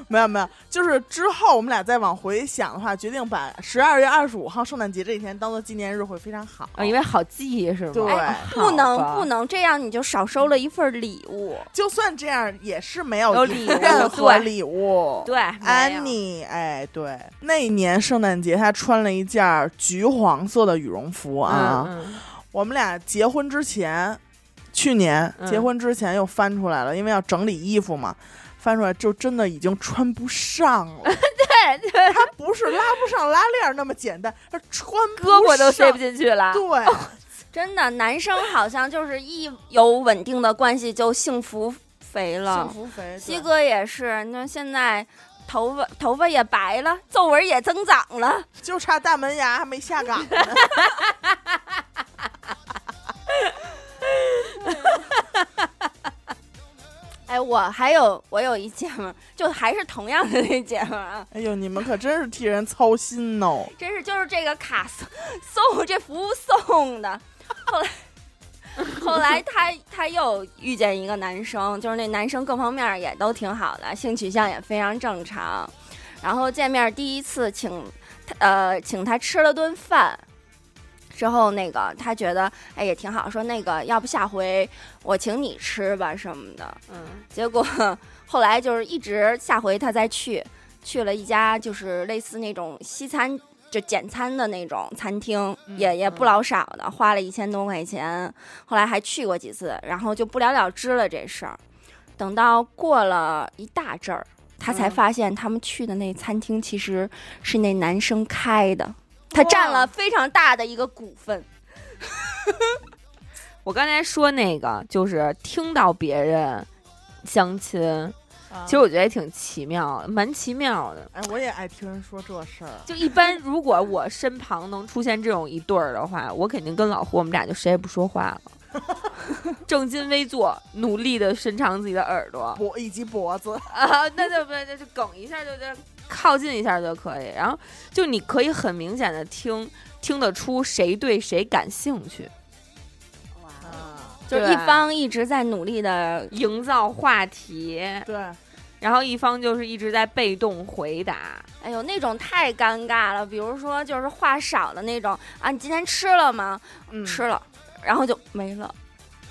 Speaker 2: 没有没有，就是之后我们俩再往回想的话，决定把十二月二十五号圣诞节这一天当做纪念日会非常好，
Speaker 3: 啊，因为好记是吗？
Speaker 2: 对
Speaker 3: 哎
Speaker 4: 不能不。
Speaker 3: 好吧
Speaker 4: 能这样，你就少收了一份礼物。
Speaker 2: 就算这样也是没
Speaker 3: 有
Speaker 2: 有
Speaker 3: 礼物
Speaker 2: 任何
Speaker 3: 对
Speaker 2: 礼物，
Speaker 3: 对，没有
Speaker 2: 安妮，哎，对，那一年圣诞节，她穿了一件儿橘黄色的羽绒服啊。
Speaker 3: 嗯嗯
Speaker 2: 我们俩结婚之前，去年
Speaker 3: 嗯
Speaker 2: 结婚之前又翻出来了，因为要整理衣服嘛，翻出来就真的已经穿不上了。
Speaker 3: 对对，
Speaker 2: 它不是拉不上拉链儿那么简单，它穿不
Speaker 3: 胳膊都
Speaker 2: 上
Speaker 3: 塞不进去了。
Speaker 2: 对，
Speaker 4: 真的，男生好像就是一有稳定的关系就幸福肥
Speaker 2: 幸
Speaker 4: 了。
Speaker 2: 福肥。
Speaker 4: 西
Speaker 2: 对
Speaker 4: 哥也是，那现在头发头发也白了，皱纹也增长了。
Speaker 2: 就差大门牙还没下 岗呢。
Speaker 4: 哎，我还有我有一姐们儿，就还是同样的那姐们儿啊，
Speaker 2: 哎呦，你们可真是替人操心哦。
Speaker 4: 真是就是这个卡送送这服务送的。后来，后来她她又遇见一个男生，就是那男生各方面儿也都挺好的，性取向也非常正常。然后见面第一次请他呃请他吃了顿饭。之后那个他觉得哎也挺好，说那个要不下回我请你吃吧什么的，
Speaker 3: 嗯，
Speaker 4: 结果 后来就是一直下回他再去，去了一家就是类似那种西餐就简餐的那种餐厅，
Speaker 2: 嗯
Speaker 4: 也也不
Speaker 3: 嗯
Speaker 4: 老少的，花了一千多块钱。后来还去过几次，然后就不了了之了这事儿。等到过了一大阵儿，他才
Speaker 3: 嗯
Speaker 4: 发现他们去的那餐厅其实是那男生开的，他占
Speaker 3: 哇
Speaker 4: 了非常大的一个股份。
Speaker 3: 我刚才说那个就是听到别人相亲，其实我觉得也挺奇妙，蛮奇妙的。
Speaker 2: 哎，我也爱听人说这事儿。
Speaker 3: 就 一般，如果我身旁能出现这种一对儿的话，我肯定跟老胡我们俩就谁也不说话了， 正襟危坐，努力的伸长自己的耳朵
Speaker 2: 脖以及脖子，
Speaker 3: 啊， 那就不那就梗一下就就靠近一下就可以，然后就你可以很明显的听听得出谁对谁感兴趣，
Speaker 4: 就是
Speaker 3: 对
Speaker 4: 一方一直在努力的，
Speaker 3: 营造话题，
Speaker 2: 对，
Speaker 3: 然后一方就是一直在被动回答，
Speaker 4: 哎呦，那种太尴尬了。比如说，就是话少的那种啊，你今天吃了吗？
Speaker 2: 嗯，
Speaker 4: 吃了，然后就没了，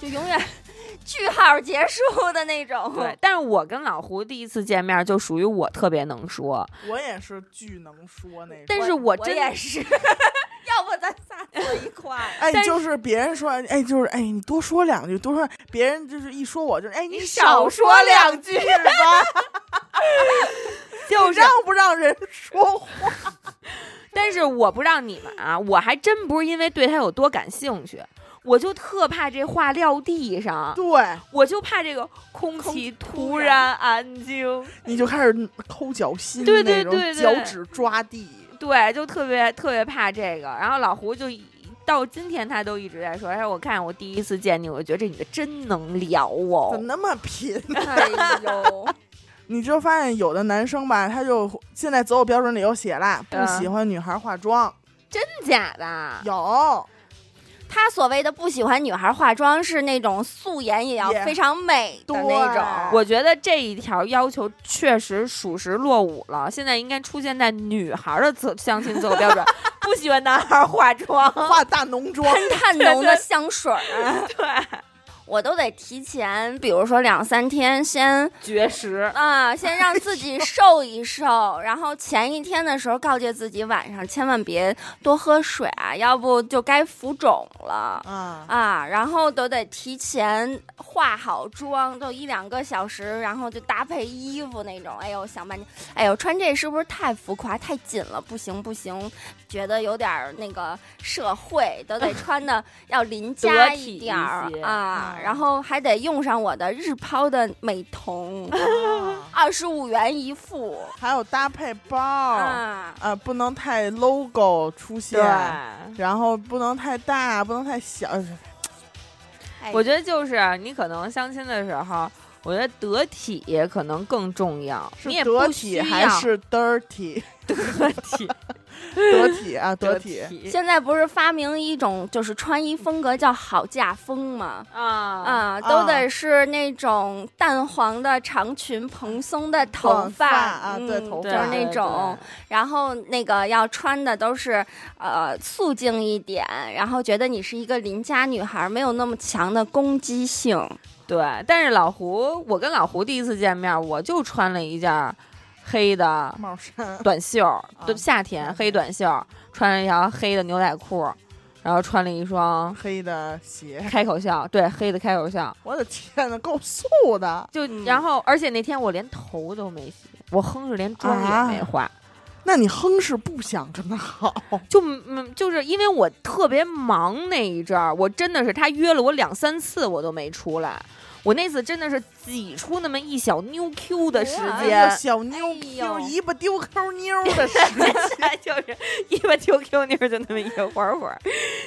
Speaker 4: 就永远 句号结束的那种。
Speaker 3: 对，，但是我跟老胡第一次见面就属于我特别能说，
Speaker 2: 我也是巨能说那种。
Speaker 3: 但是
Speaker 4: 我
Speaker 3: 真
Speaker 4: 也是， 要不咱仨坐一块儿。
Speaker 2: 哎，
Speaker 3: 但是
Speaker 2: 就是别人说，哎，就是哎，你多说两句，多说，别人就是一说我就是，哎，
Speaker 3: 你
Speaker 2: 少
Speaker 3: 少
Speaker 2: 说
Speaker 3: 说
Speaker 2: 两
Speaker 3: 两
Speaker 2: 句吧，
Speaker 3: 就是
Speaker 2: 让不让人说话？
Speaker 3: 但是我不让你们啊，我还真不是因为对他有多感兴趣，我就特怕这话撂地上，
Speaker 2: 对，
Speaker 3: 我就怕这个空气突然安静，
Speaker 2: 你就开始抠脚心，
Speaker 3: 对对
Speaker 2: 那
Speaker 3: 对
Speaker 2: 种
Speaker 3: 对
Speaker 2: 脚趾抓地，
Speaker 3: 对，就特别特别怕这个。然后老胡就一到今天他都一直在说，他说我看我第一次见你，我就觉得这女的真能聊
Speaker 2: 怎
Speaker 3: 哦
Speaker 2: 么，那么贫？
Speaker 4: 哎呦，
Speaker 2: 你就发现有的男生吧，他就现在择偶标准里有写啦，不
Speaker 3: 嗯
Speaker 2: 喜欢女孩化妆，
Speaker 3: 真假的？
Speaker 2: 有
Speaker 4: 他所谓的不喜欢女孩化妆，是那种素颜也要
Speaker 2: 也
Speaker 4: 非常美的
Speaker 2: 对
Speaker 4: 那种。
Speaker 3: 我觉得这一条要求确实属实落伍了，现在应该出现在女孩的择相亲择偶 标准，不喜欢男孩化妆。
Speaker 2: 化大浓妆，
Speaker 4: 喷炭浓的香水儿，
Speaker 3: 对，
Speaker 4: 我都得提前，比如说两三天先
Speaker 3: 绝食，
Speaker 4: 啊，先让自己瘦一瘦，然后前一天的时候告诫自己晚上千万别多喝水啊，要不就该浮肿了。
Speaker 2: 啊，
Speaker 4: 啊，然后都得提前化好妆，都一两个小时，然后就搭配衣服那种。哎呦，想半天，哎呦，穿这是不是太浮夸、太紧了？不行不行，觉得有点儿那个社会，都得穿的要邻家
Speaker 3: 体一
Speaker 4: 点儿
Speaker 3: 些
Speaker 4: 啊
Speaker 2: 啊，
Speaker 4: 然后还得用上我的日抛的美 瞳，二十五元一副
Speaker 2: 还有搭配包
Speaker 3: 嗯
Speaker 2: 啊、
Speaker 4: 啊。
Speaker 2: 不能太 logo 出现
Speaker 3: 对。，嗯
Speaker 2: 然后不能太大，不能太小，
Speaker 4: 哎
Speaker 3: 我觉得就是啊你可能相亲的时候，我觉得得体可能更重要，
Speaker 2: 是
Speaker 3: 你也
Speaker 2: 得
Speaker 3: 不需
Speaker 2: 体
Speaker 3: 要
Speaker 2: 还是 dirty
Speaker 3: 得体
Speaker 2: 得体啊？
Speaker 3: 得
Speaker 2: 得体，
Speaker 4: 现在不是发明一种就是穿衣风格叫好嫁风吗？
Speaker 3: 啊啊！
Speaker 4: 啊，都
Speaker 2: 啊
Speaker 4: 得是那种淡黄的长裙、蓬松的头
Speaker 2: 短
Speaker 4: 发
Speaker 2: 啊，
Speaker 4: 嗯
Speaker 2: 对头
Speaker 3: 对
Speaker 2: 发
Speaker 4: 就是那种，然后那个要穿的都是呃素净一点，然后觉得你是一个邻家女孩，没有那么强的攻击性。
Speaker 3: 对对，但是老胡，我跟老胡第一次见面，我就穿了一件黑的
Speaker 2: 帽衫，
Speaker 3: 短袖，对，夏天
Speaker 2: 啊夏
Speaker 3: 黑
Speaker 2: 天
Speaker 3: 短袖，穿了一条黑的牛仔裤，然后穿了一双
Speaker 2: 黑的鞋，
Speaker 3: 开口笑，对，黑的开口笑。
Speaker 2: 我的天呐，够素的。
Speaker 3: 就、
Speaker 4: 嗯
Speaker 3: 然后，而且那天我连头都没洗，我哼着连妆也
Speaker 2: 啊
Speaker 3: 没化，
Speaker 2: 那你哼是不想跟他好，
Speaker 3: 就嗯，就是因为我特别忙那一阵儿，我真的是他约了我两三次，我都没出来。我那次真的是挤出那么一小妞 Q 的时
Speaker 4: 哇
Speaker 2: 哎
Speaker 3: 间
Speaker 2: 呀，小妞
Speaker 4: 哎呦
Speaker 2: 儿一不丢抠妞儿 的时间
Speaker 3: 就是一般 Q Q 妞儿就那么一会儿会儿，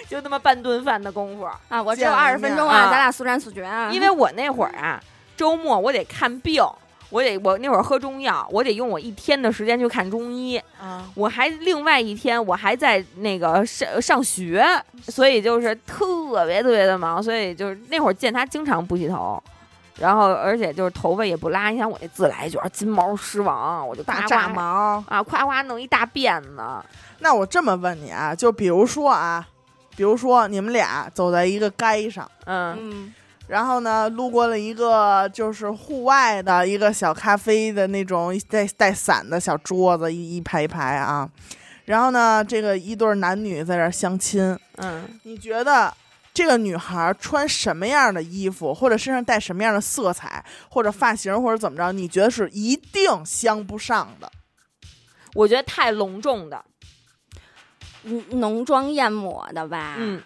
Speaker 3: 就那么半顿饭的功夫。
Speaker 4: 啊，我只
Speaker 2: 见
Speaker 4: 有
Speaker 2: 了
Speaker 4: 二十分
Speaker 2: 面
Speaker 4: 钟
Speaker 3: 啊
Speaker 4: 咱俩速战速决啊！
Speaker 3: 因为我那会儿啊，周末我得看病，我得我那会儿喝中药，我得用我一天的时间去看中医。
Speaker 2: 啊，
Speaker 3: 我还另外一天我还在那个上上学，所以就是特别特别的忙，所以就是那会儿见他经常不洗头。然后，而且就是头发也不拉，你想我这自来卷、金毛狮王，我就
Speaker 2: 大
Speaker 3: 夸
Speaker 2: 炸
Speaker 3: 夸
Speaker 2: 毛。
Speaker 3: 啊，夸夸弄一大辫子，
Speaker 2: 那我这么问你啊，就比如说啊，比如说你们俩走在一个街上，
Speaker 3: 嗯
Speaker 4: 嗯，
Speaker 2: 然后呢，路过了一个就是户外的一个小咖啡的那种带带伞的小桌子，一一排一排啊。然后呢，这个一对儿男女在这儿相亲，
Speaker 3: 嗯，
Speaker 2: 你觉得这个女孩穿什么样的衣服，或者身上带什么样的色彩，或者发型，或者怎么着，你觉得是一定相不上的？
Speaker 3: 我觉得太隆重的，
Speaker 4: 嗯浓妆艳抹的吧？
Speaker 3: 嗯，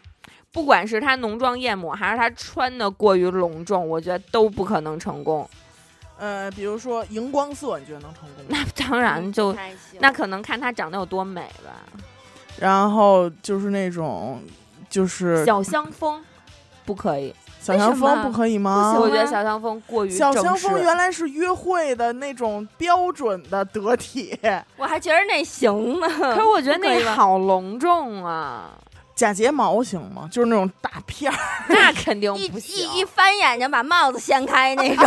Speaker 3: 不管是他浓妆艳抹，还是他穿的过于隆重，我觉得都不可能成功。
Speaker 2: 呃，比如说荧光色，你觉得能成功吗？
Speaker 3: 那当然
Speaker 4: 嗯，
Speaker 3: 就
Speaker 4: 不太行
Speaker 3: 那可能看他长得有多美吧。
Speaker 2: 然后就是那种，就是
Speaker 3: 小香风不可以，
Speaker 2: 小香
Speaker 4: 为什
Speaker 2: 风
Speaker 4: 么
Speaker 2: 不可以
Speaker 4: 不
Speaker 2: 吗
Speaker 4: 行
Speaker 3: 我
Speaker 4: 吗？
Speaker 3: 觉得小香风过于
Speaker 2: 小
Speaker 3: 正
Speaker 2: 香
Speaker 3: 式
Speaker 2: 风原来是约会的那种标准的得体，
Speaker 4: 我还觉得那行呢。
Speaker 3: 可是我觉得
Speaker 4: 不可
Speaker 3: 那
Speaker 4: 以吧
Speaker 3: 好隆重 啊，
Speaker 2: 假睫毛行吗？就是那种大片儿，
Speaker 3: 那肯定
Speaker 4: 一
Speaker 3: 不行，
Speaker 4: 一一翻眼睛把帽子掀开那种，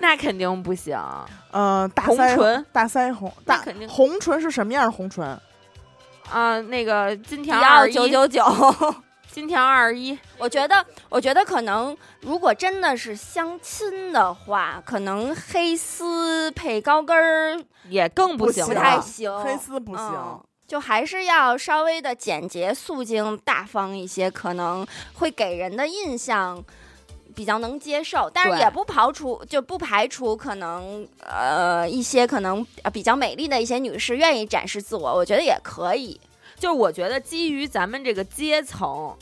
Speaker 3: 那肯定不行。
Speaker 2: 呃，大
Speaker 3: 红
Speaker 2: 腮
Speaker 3: 唇
Speaker 2: 大腮红，
Speaker 3: 那
Speaker 2: 大
Speaker 3: 肯定
Speaker 2: 红唇是什么样的红唇？
Speaker 3: 啊，那个金
Speaker 4: 迪
Speaker 3: 条
Speaker 4: 奥
Speaker 3: 二
Speaker 4: 九
Speaker 3: 一，
Speaker 4: 九九。
Speaker 3: 金条二一，
Speaker 4: 我觉得，我觉得可能，如果真的是相亲的话，可能黑丝配高跟儿
Speaker 3: 也更不
Speaker 2: 不
Speaker 3: 行
Speaker 4: 不
Speaker 3: 了
Speaker 4: 太行，
Speaker 3: 哦
Speaker 2: 黑丝不行，
Speaker 4: 嗯就还是要稍微的简洁、素净、大方一些，可能会给人的印象比较能接受，但是
Speaker 3: 对
Speaker 4: 也不刨除，就不排除可能呃一些可能呃比较美丽的一些女士愿意展示自我，我觉得也可以。
Speaker 3: 就是我觉得基于咱们这个阶层，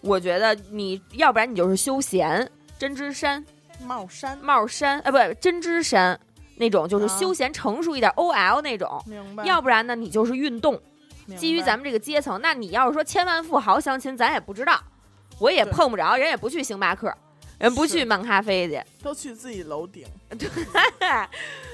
Speaker 3: 我觉得你要不然你就是休闲针织衫、
Speaker 2: 帽衫，
Speaker 3: 帽衫，呃，不针织衫那种，就是
Speaker 2: 啊
Speaker 3: 休闲成熟一点、OL 那种。
Speaker 2: 明白？
Speaker 3: 要不然呢，你就是运动。
Speaker 2: 明
Speaker 3: 基于
Speaker 2: 白
Speaker 3: 咱们这个阶层，那你要是说千万富豪相亲，咱也不知道，我也
Speaker 2: 对
Speaker 3: 碰不着，人也不去星巴克，人不去
Speaker 2: 是
Speaker 3: 漫咖啡去，
Speaker 2: 都去自己楼顶，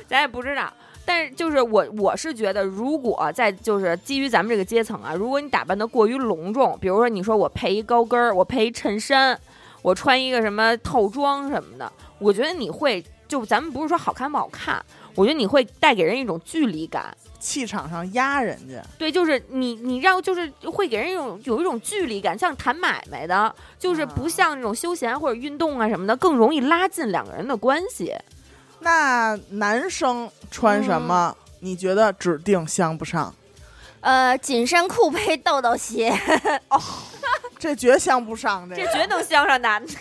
Speaker 3: 咱也不知道。但是就是我，我是觉得，如果在就是基于咱们这个阶层啊，如果你打扮的过于隆重，比如说你说我配一高跟儿，我配一衬衫，我穿一个什么套装什么的，我觉得你会就咱们不是说好看不好看，我觉得你会带给人一种距离感。
Speaker 2: 气场上压人家，
Speaker 3: 对，就是你，你让就是会给人一种有一种距离感，像谈买卖的，就是不
Speaker 2: 啊
Speaker 3: 像那种休闲或者运动啊什么的，更容易拉近两个人的关系。
Speaker 2: 那男生穿什么，
Speaker 3: 嗯
Speaker 2: 你觉得指定相不上？
Speaker 4: 呃，紧身裤配豆豆鞋，
Speaker 2: 这绝相不上，这
Speaker 3: 这
Speaker 2: 个
Speaker 3: 绝能相上男的，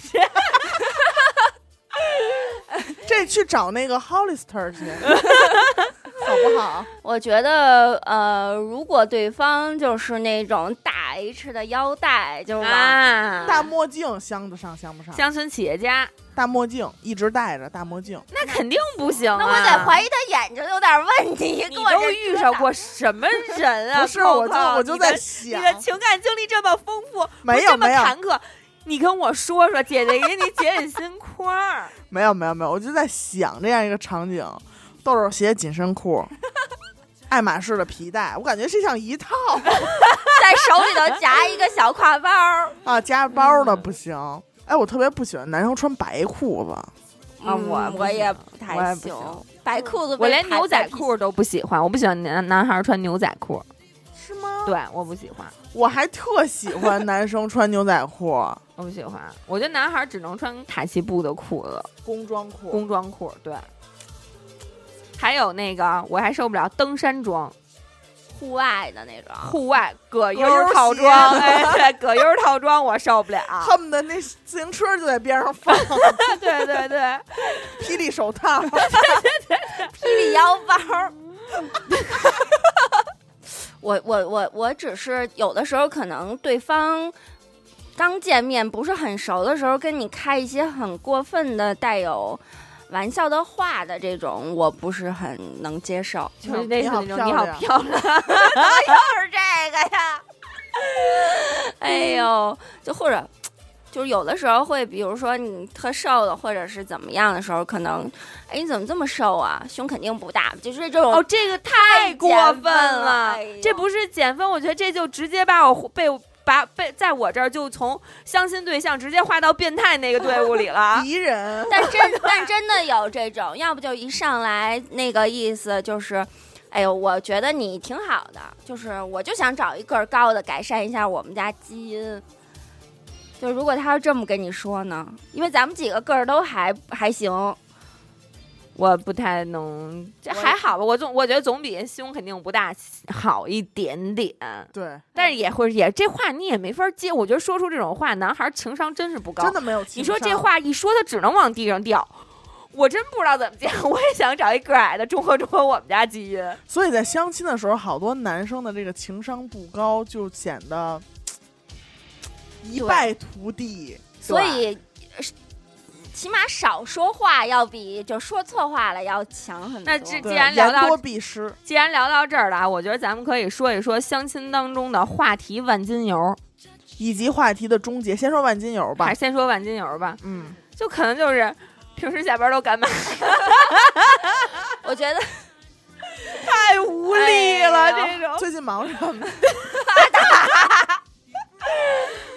Speaker 2: 这去找那个 Hollister 去，好不好？
Speaker 4: 我觉得呃，如果对方就是那种大 H 的腰带，就是往、
Speaker 3: 啊
Speaker 2: 大墨镜相得上相不上？
Speaker 3: 乡村企业家
Speaker 2: 大墨镜一直戴着，大墨镜
Speaker 3: 那肯定不行、啊。
Speaker 4: 那我得怀疑他眼睛有点问题。
Speaker 3: 你
Speaker 4: 给我这
Speaker 3: 都遇
Speaker 4: 遮
Speaker 3: 上
Speaker 4: 挡
Speaker 3: 过什么人啊？
Speaker 2: 不是，我就
Speaker 3: 扣扣
Speaker 2: 我就
Speaker 3: 你
Speaker 2: 在
Speaker 3: 的你
Speaker 2: 想，
Speaker 3: 的情感经历这么丰富，
Speaker 2: 没
Speaker 3: 不是
Speaker 2: 有
Speaker 3: 这么
Speaker 2: 没有
Speaker 3: 坎坷，你跟我说说，姐姐给你解解心宽儿。
Speaker 2: 没有没有没有，我就在想这样一个场景：豆豆鞋、紧身 裤，爱马仕的皮带，我感觉是像一套
Speaker 4: 在手里头夹一个小挎包儿。
Speaker 2: 啊，加包的不行。哎，我特别不喜欢男生穿白裤子，
Speaker 3: 啊我
Speaker 4: 嗯
Speaker 3: 不
Speaker 4: 我也
Speaker 3: 行
Speaker 4: 不
Speaker 3: 我
Speaker 4: 太
Speaker 3: 也不
Speaker 4: 行
Speaker 3: 行，
Speaker 4: 白裤子
Speaker 3: 我
Speaker 4: 被
Speaker 3: 连
Speaker 4: 排
Speaker 3: 牛
Speaker 4: 在
Speaker 3: 仔
Speaker 4: 一起
Speaker 3: 裤都不喜欢，我不喜欢男男孩儿穿牛仔裤，
Speaker 2: 是吗？
Speaker 3: 对，我不喜欢，
Speaker 2: 我还特喜欢男生穿牛仔裤、
Speaker 3: 我不喜欢。我觉得男孩儿只能穿卡其布的裤子，
Speaker 2: 工装裤。
Speaker 3: 工装裤，对。还有那个，我还受不了登山装，
Speaker 4: 户外的那种。
Speaker 3: 户外葛优
Speaker 2: 葛优
Speaker 3: 儿套
Speaker 2: 鞋啊
Speaker 3: 装，哎，对，葛优儿套装我受不了。
Speaker 2: 恨不得那自行车就在边上放
Speaker 3: 对对对，
Speaker 2: 霹雳手 套，
Speaker 4: 霹雳腰包儿。 我我我我只是有的时候可能对方刚见面不是很熟的时候，跟你开一些很过分的带有玩笑的话的这种，我不是很能接 受。
Speaker 3: 就是
Speaker 2: 你
Speaker 3: 类似
Speaker 2: 好
Speaker 3: 那种
Speaker 2: 漂
Speaker 3: 你好
Speaker 2: 亮
Speaker 3: 漂亮，
Speaker 4: 就是这个呀。哎呦，就或者就是有的时候会，比如说你特瘦的，或者是怎么样的时候，可能哎你怎么这么瘦啊？胸肯定不大，就是这种
Speaker 3: 哦，这个太
Speaker 4: 太
Speaker 3: 过
Speaker 4: 减
Speaker 3: 分
Speaker 4: 分了哎
Speaker 3: 这
Speaker 4: 呦
Speaker 3: 不是减分，我觉得这就直接把我被把被在我这儿就从相亲对象直接划到变态那个队伍里 了。
Speaker 2: 敌人。
Speaker 4: 但 真但真的有这种，要不就一上来那个意思就是，哎呦，我觉得你挺好的，就是我就想找一个儿高的，改善一下我们家基因。就如果他要这么跟你说呢，因为咱们几个个儿都还还行，
Speaker 3: 我不太能，这
Speaker 2: 我
Speaker 3: 还好吧。我总我觉得总比胸肯定不大好一点点，
Speaker 2: 对，
Speaker 3: 但是也会也这话你也没法接。我觉得说出这种话，男孩儿情商真是不高。
Speaker 2: 真的没有情
Speaker 3: 你说这
Speaker 2: 商
Speaker 3: 话一说，他只能往地上掉。我真不知道怎么讲，我也想找一个矮的中和中和我们家基因。
Speaker 2: 所以在相亲的时候，好多男生的这个情商不高，就显得一败涂地。
Speaker 4: 所以呃是起码少说话要比就说错话了要强很多。
Speaker 3: 那这
Speaker 2: 对
Speaker 3: 既然聊
Speaker 2: 言
Speaker 3: 到
Speaker 2: 多必失，
Speaker 3: 既然聊到这儿了啊，我觉得咱们可以说一说相亲当中的话题万金油，
Speaker 2: 以及话题的终结。先说万金油吧
Speaker 3: 还，是先说万金油吧，
Speaker 2: 嗯，
Speaker 3: 就可能就是平时下班都干嘛，
Speaker 4: 我觉得
Speaker 3: 太无力了、
Speaker 4: 哎呀
Speaker 3: 这种。
Speaker 2: 最近忙什么？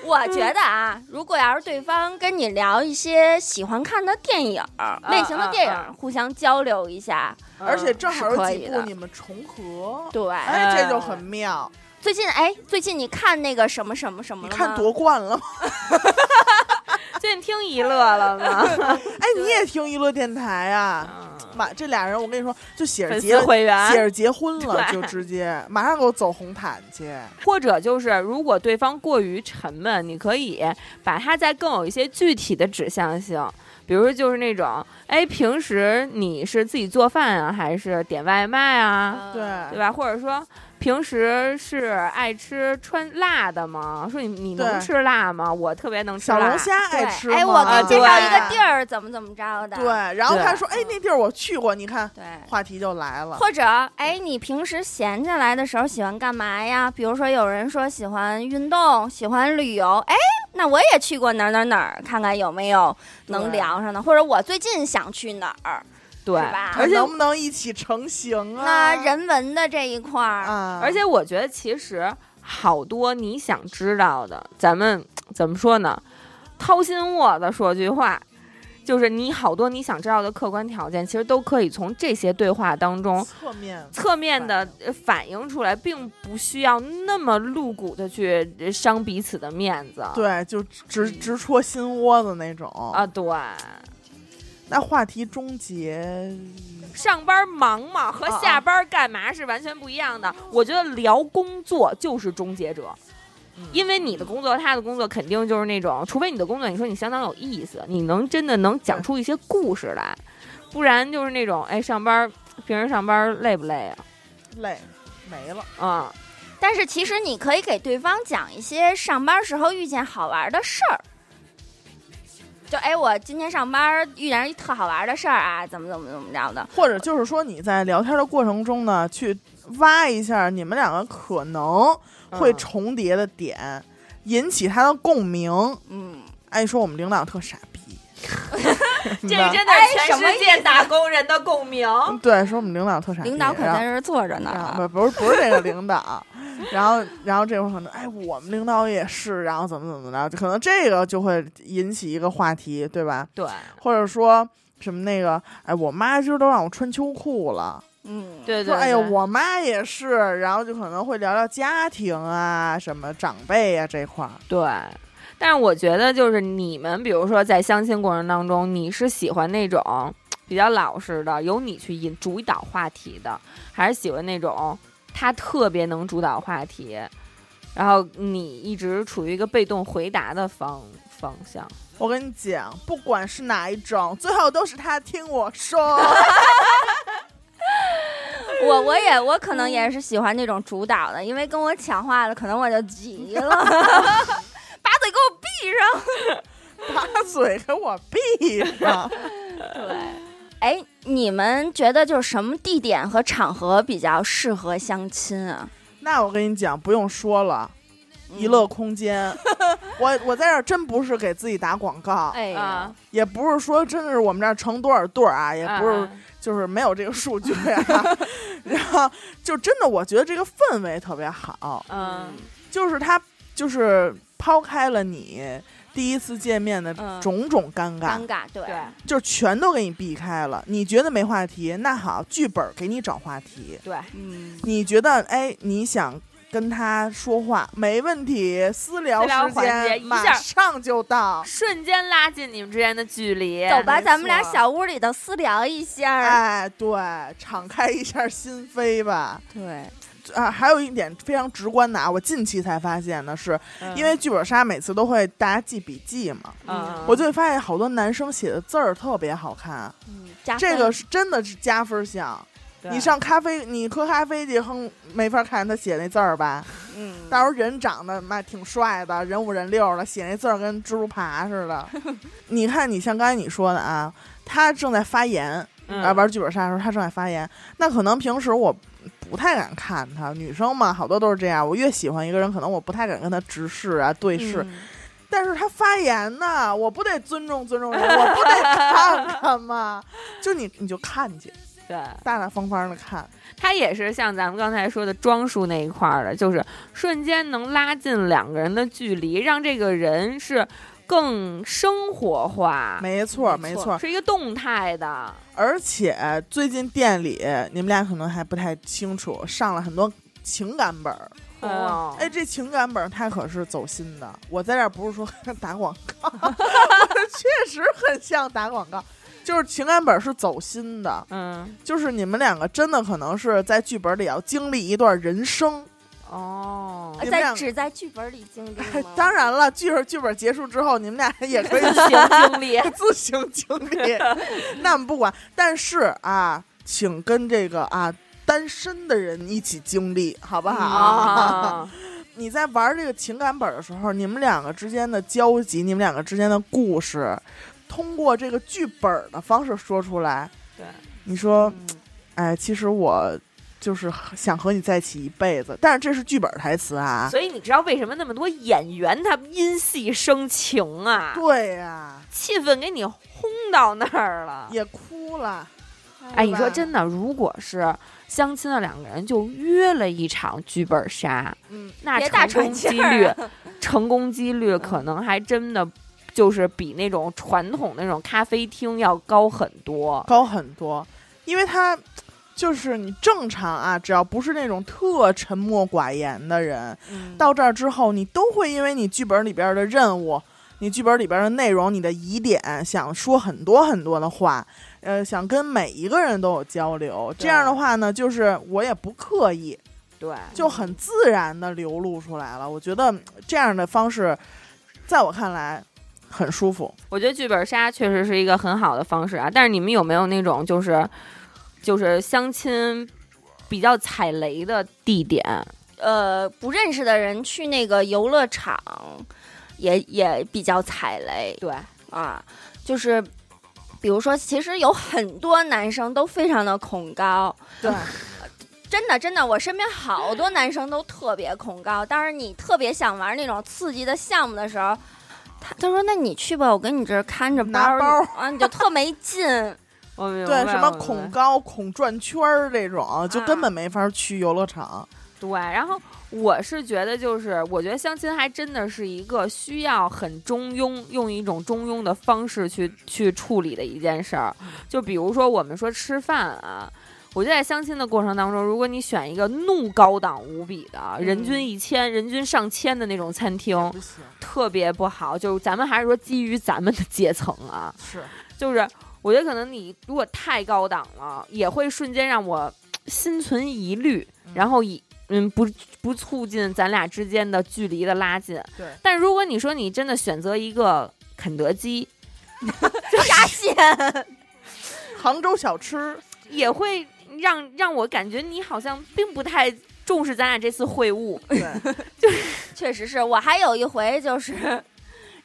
Speaker 4: 我觉得啊，如果要是对方跟你聊一些喜欢看的电影儿、类型的电影
Speaker 3: 啊
Speaker 4: 儿，互相交流一下。
Speaker 3: 嗯
Speaker 2: 而且正好
Speaker 4: 是
Speaker 2: 有
Speaker 4: 可
Speaker 2: 几
Speaker 4: 以
Speaker 2: 部
Speaker 4: 的
Speaker 2: 你们重合，
Speaker 4: 对，
Speaker 2: 哎，这就很妙。
Speaker 4: 最近哎，最近你看那个什么什么什么
Speaker 2: 你
Speaker 4: 了吗？
Speaker 2: 看夺冠了吗？
Speaker 3: 嗯最近听一乐了 吗？
Speaker 2: 哎，你也听娱乐电台啊？妈，这俩人我跟你说，就写着
Speaker 3: 粉
Speaker 2: 结
Speaker 3: 丝会
Speaker 2: 写
Speaker 3: 员，
Speaker 2: 着结婚了，
Speaker 3: 对
Speaker 2: 就直接马上给我走红毯去。
Speaker 3: 或者就是如果对方过于沉闷，你可以把它再更有一些具体的指向性，比如就是那种，哎，平时你是自己做饭啊，还是点外卖啊？
Speaker 4: 嗯
Speaker 2: 对，
Speaker 3: 对吧？或者说平时是爱吃穿辣的吗？说你你
Speaker 2: 对
Speaker 3: 能吃辣吗？我特别能吃
Speaker 2: 小
Speaker 3: 辣
Speaker 2: 龙。虾
Speaker 4: 对
Speaker 2: 爱吃吗？
Speaker 4: 哎，我给
Speaker 3: 啊
Speaker 4: 你介绍
Speaker 3: 对
Speaker 4: 一个地儿，怎么怎么着的。
Speaker 2: 对，然后
Speaker 3: 对
Speaker 2: 他说：“哎，那地儿我去过，你看。”
Speaker 4: 对。
Speaker 2: 话题就来了。
Speaker 4: 或者，哎，你平时闲下来的时候喜欢干嘛呀？比如说，有人说喜欢运动，喜欢旅游，哎，那我也去过哪儿哪儿哪儿，看看有没有能
Speaker 2: 对
Speaker 4: 聊上的，或者我最近想去哪儿，
Speaker 3: 对，
Speaker 4: 是吧
Speaker 3: 而且
Speaker 2: 能不能一起成型啊？
Speaker 4: 啊那人文的这一块儿，
Speaker 2: 啊，
Speaker 3: 而且我觉得其实好多你想知道的，咱们怎么说呢？掏心窝子说句话，就是你好多你想知道的客观条件，其实都可以从这些对话当中
Speaker 2: 侧面
Speaker 3: 侧面的反映出来，并不需要那么露骨的去呃伤彼此的面子。
Speaker 2: 对，就直直戳心窝子那种
Speaker 3: 啊，。对，
Speaker 2: 那话题终结，
Speaker 3: 上班忙嘛和
Speaker 2: 啊啊
Speaker 3: 下班干嘛是完全不一样的。我觉得聊工作就是终结者。因为你的工作，他的工作肯定就是那种，除非你的工作你说你相当有意思，你能真的能讲出一些故事来，不然就是那种，哎，上班平时上班累不累
Speaker 2: 累没了，
Speaker 3: 啊？啊，
Speaker 4: 但是其实你可以给对方讲一些上班时候遇见好玩的事儿，就哎，我今天上班遇见一特好玩的事儿啊，怎么怎么怎么着的，
Speaker 2: 或者就是说你在聊天的过程中呢，去挖一下你们两个可能会
Speaker 3: 嗯
Speaker 2: 重叠的点，引起他的共鸣。
Speaker 4: 嗯，
Speaker 2: 哎，说我们领导特傻逼，
Speaker 3: 这
Speaker 2: 明白
Speaker 3: 真的
Speaker 4: 哎
Speaker 3: 是全
Speaker 4: 什么
Speaker 3: 世界打工人的共鸣。
Speaker 2: 对，说我们领导特傻逼，
Speaker 4: 领导可
Speaker 2: 然
Speaker 4: 在
Speaker 2: 后
Speaker 4: 这儿坐着
Speaker 2: 啊，
Speaker 4: 呢，
Speaker 2: 不不是不是这个领导，然后然后这会儿可能哎，我们领导也是，然后怎么怎么着，可能这个就会引起一个话题，对吧？
Speaker 3: 对
Speaker 2: 或者说什么那个，哎，我妈今儿都让我穿秋裤了，
Speaker 4: 嗯，，
Speaker 3: 对对，
Speaker 2: 说哎呀，
Speaker 3: 对
Speaker 2: 我妈也是，然后就可能会聊聊家庭啊、什么长辈啊这块儿，
Speaker 3: 对。但是我觉得，就是你们，比如说在相亲过程当中，你是喜欢那种比较老实的，由你去引主导话题的，还是喜欢那种他特别能主导话题，然后你一直处于一个被动回答的方方向？
Speaker 2: 我跟你讲，不管是哪一种，最后都是他听我说。
Speaker 4: 我我也我可能也是喜欢那种主导的，因为跟我抢话的，可能我就 急了，把嘴给我闭上。
Speaker 2: 把嘴给我闭上！
Speaker 4: 哎，你们觉得就是什么地点和场合比较适合相亲啊？嗯
Speaker 2: 那我跟你讲，不用说了，
Speaker 3: 嗯
Speaker 2: 娱乐空间。我我在这儿真不是给自己打广告，
Speaker 4: 哎
Speaker 3: 啊，
Speaker 2: 也不是说真的是我们这儿成多少对儿啊，也不是
Speaker 3: 啊
Speaker 2: 就是没有这个数据啊。 然后就真的，我觉得这个氛围特别好，
Speaker 3: 嗯，
Speaker 2: 就是它就是抛开了你第一次见面的
Speaker 4: 嗯
Speaker 2: 种种尴尬，
Speaker 4: 尴尬，对
Speaker 3: 对，
Speaker 2: 就全都给你避开了。你觉得没话题，那好，剧本给你找话题。
Speaker 3: 对，
Speaker 4: 嗯，
Speaker 2: 你觉得哎，你想跟他说话没问题，私聊
Speaker 3: 私聊
Speaker 2: 时
Speaker 3: 环节
Speaker 2: 间
Speaker 3: 一
Speaker 2: 马
Speaker 3: 下
Speaker 2: 上就到。
Speaker 3: 瞬间拉近你们之间的距离。
Speaker 4: 走吧，
Speaker 2: 没错
Speaker 4: 咱们俩小屋里头私聊一下。
Speaker 2: 哎，对，敞开一下心扉吧。
Speaker 4: 对，
Speaker 2: 啊，还有一点非常直观的啊，我近期才发现的是，因为剧本杀每次都会大家记笔记嘛，
Speaker 3: 嗯，
Speaker 2: 我就会发现好多男生写的字儿特别好看，
Speaker 4: 嗯，加
Speaker 2: 这
Speaker 4: 分
Speaker 2: 个是真的是加分项。
Speaker 3: 对
Speaker 2: 你上咖啡，你喝咖啡去，哼，没法看他写那字儿吧？
Speaker 4: 嗯，
Speaker 2: 到时候人长得妈挺帅的，人五人六的，写那字儿跟蜘蛛爬似的。你看，你像刚才你说的啊，他正在发言，
Speaker 3: 嗯
Speaker 2: 啊，玩剧本杀的时候他正在发言，那可能平时我不太敢看他，女生嘛，好多都是这样。我越喜欢一个人，可能我不太敢跟他直视啊、对视，
Speaker 4: 嗯
Speaker 2: 但是他发言呢，我不得尊重尊重人，我不得看看吗？ 就你你就看去，
Speaker 3: 对。
Speaker 2: 大大方方的看，
Speaker 3: 它也是像咱们刚才说的装束那一块儿的，就是瞬间能拉近两个人的距离，让这个人是更生活化，
Speaker 2: 没错没错。
Speaker 3: 是一个动态的。
Speaker 2: 而且最近店里你们俩可能还不太清楚，上了很多情感本儿。
Speaker 3: 哦，
Speaker 2: 哎，这情感本儿它可是走心的。我在这儿不是说打广告， 确实很像打广告。就是情感本儿是走心的，
Speaker 3: 嗯，
Speaker 2: 就是你们两个真的可能是在剧本里要经历一段人生。
Speaker 3: 哦，
Speaker 2: 你们
Speaker 4: 在
Speaker 2: 俩
Speaker 4: 只在剧本里 经历吗？
Speaker 2: 当然了，剧本剧本结束之后，你们俩也 可以
Speaker 3: 行经 历，
Speaker 2: 自行经 历，那我们不管。但是啊，请跟这个啊单身的人一起经历，好不好？
Speaker 3: 啊，
Speaker 2: 你在玩这个情感本的时候，你们两个之间的交集，你们两个之间的故事，通过这个剧本的方式说出来。
Speaker 3: 对，
Speaker 2: 你
Speaker 3: 嗯
Speaker 2: 说，哎，其实我。就是想和你在一起一辈子，但是这是剧本台词啊。
Speaker 3: 所以你知道为什么那么多演员他因戏生情啊，
Speaker 2: 对呀、
Speaker 3: 气氛给你轰到那儿了。
Speaker 2: 也哭了。
Speaker 3: 哎，
Speaker 2: 对
Speaker 3: 你说
Speaker 2: 吧
Speaker 3: 真的，如果是相亲的两个人就约了一场剧本杀，
Speaker 2: 嗯，
Speaker 3: 那
Speaker 4: 别大
Speaker 3: 成功
Speaker 4: 喘 气
Speaker 3: 几
Speaker 4: 儿
Speaker 3: 率
Speaker 4: 啊，
Speaker 3: 成功几率可能还真的就是比那种传统那种咖啡厅要高很多。
Speaker 2: 高很多，因为他就是你正常啊，只要不是那种特沉默寡言的人，
Speaker 4: 嗯
Speaker 2: 到这儿之后，你都会因为你剧本里边的任务、你剧本里边的内容、你的疑点，想说很多很多的话，呃，想跟每一个人都有交流。这样的话呢，就是我也不刻意，
Speaker 3: 对，
Speaker 2: 就很自然的流露出来了。我觉得嗯这样的方式，在我看来很舒服。
Speaker 3: 我觉得剧本杀确实是一个很好的方式啊。但是你们有没有那种就是就是相亲比较踩雷的地点？
Speaker 4: 呃不认识的人去那个游乐场，也也比较踩雷
Speaker 3: 对，
Speaker 4: 啊，就是比如说，其实有很多男生都非常的恐高，呃
Speaker 2: 对，
Speaker 4: 真的真的，我身边好多男生都特别恐高。当时你特别想玩那种刺激的项目的时候，他他说：“那你去吧，我跟你这儿看着包
Speaker 2: 拿包儿
Speaker 4: 啊，你就特没 劲。
Speaker 3: 我明白
Speaker 2: 对，什么
Speaker 3: 我明白啊
Speaker 2: 恐高、恐转圈儿这种，啊就根本没法去游乐场。
Speaker 3: 对，然后我是觉得，就是我觉得相亲还真的是一个需要很中庸，用一种中庸的方式去去处理的一件事儿。就比如说我们说吃饭啊，我觉得在相亲的过程当中，如果你选一个怒高档无比的，人均一千、人均上千的那种餐厅，
Speaker 2: 不行，
Speaker 3: 特别不好。就是咱们还是说基于咱们的阶层啊，
Speaker 2: 是
Speaker 3: 就是我觉得可能你如果太高档了，也会瞬间让我心存疑虑，
Speaker 2: 嗯
Speaker 3: 然后以嗯不不促进咱俩之间的距离的拉近。
Speaker 2: 对
Speaker 3: 但如果你说你真的选择一个肯德基，
Speaker 4: 沙县，
Speaker 2: 杭州小吃。
Speaker 3: 也会让让我感觉你好像并不太重视咱俩这次会晤。
Speaker 2: 对，
Speaker 4: 确实是我还有一回就是。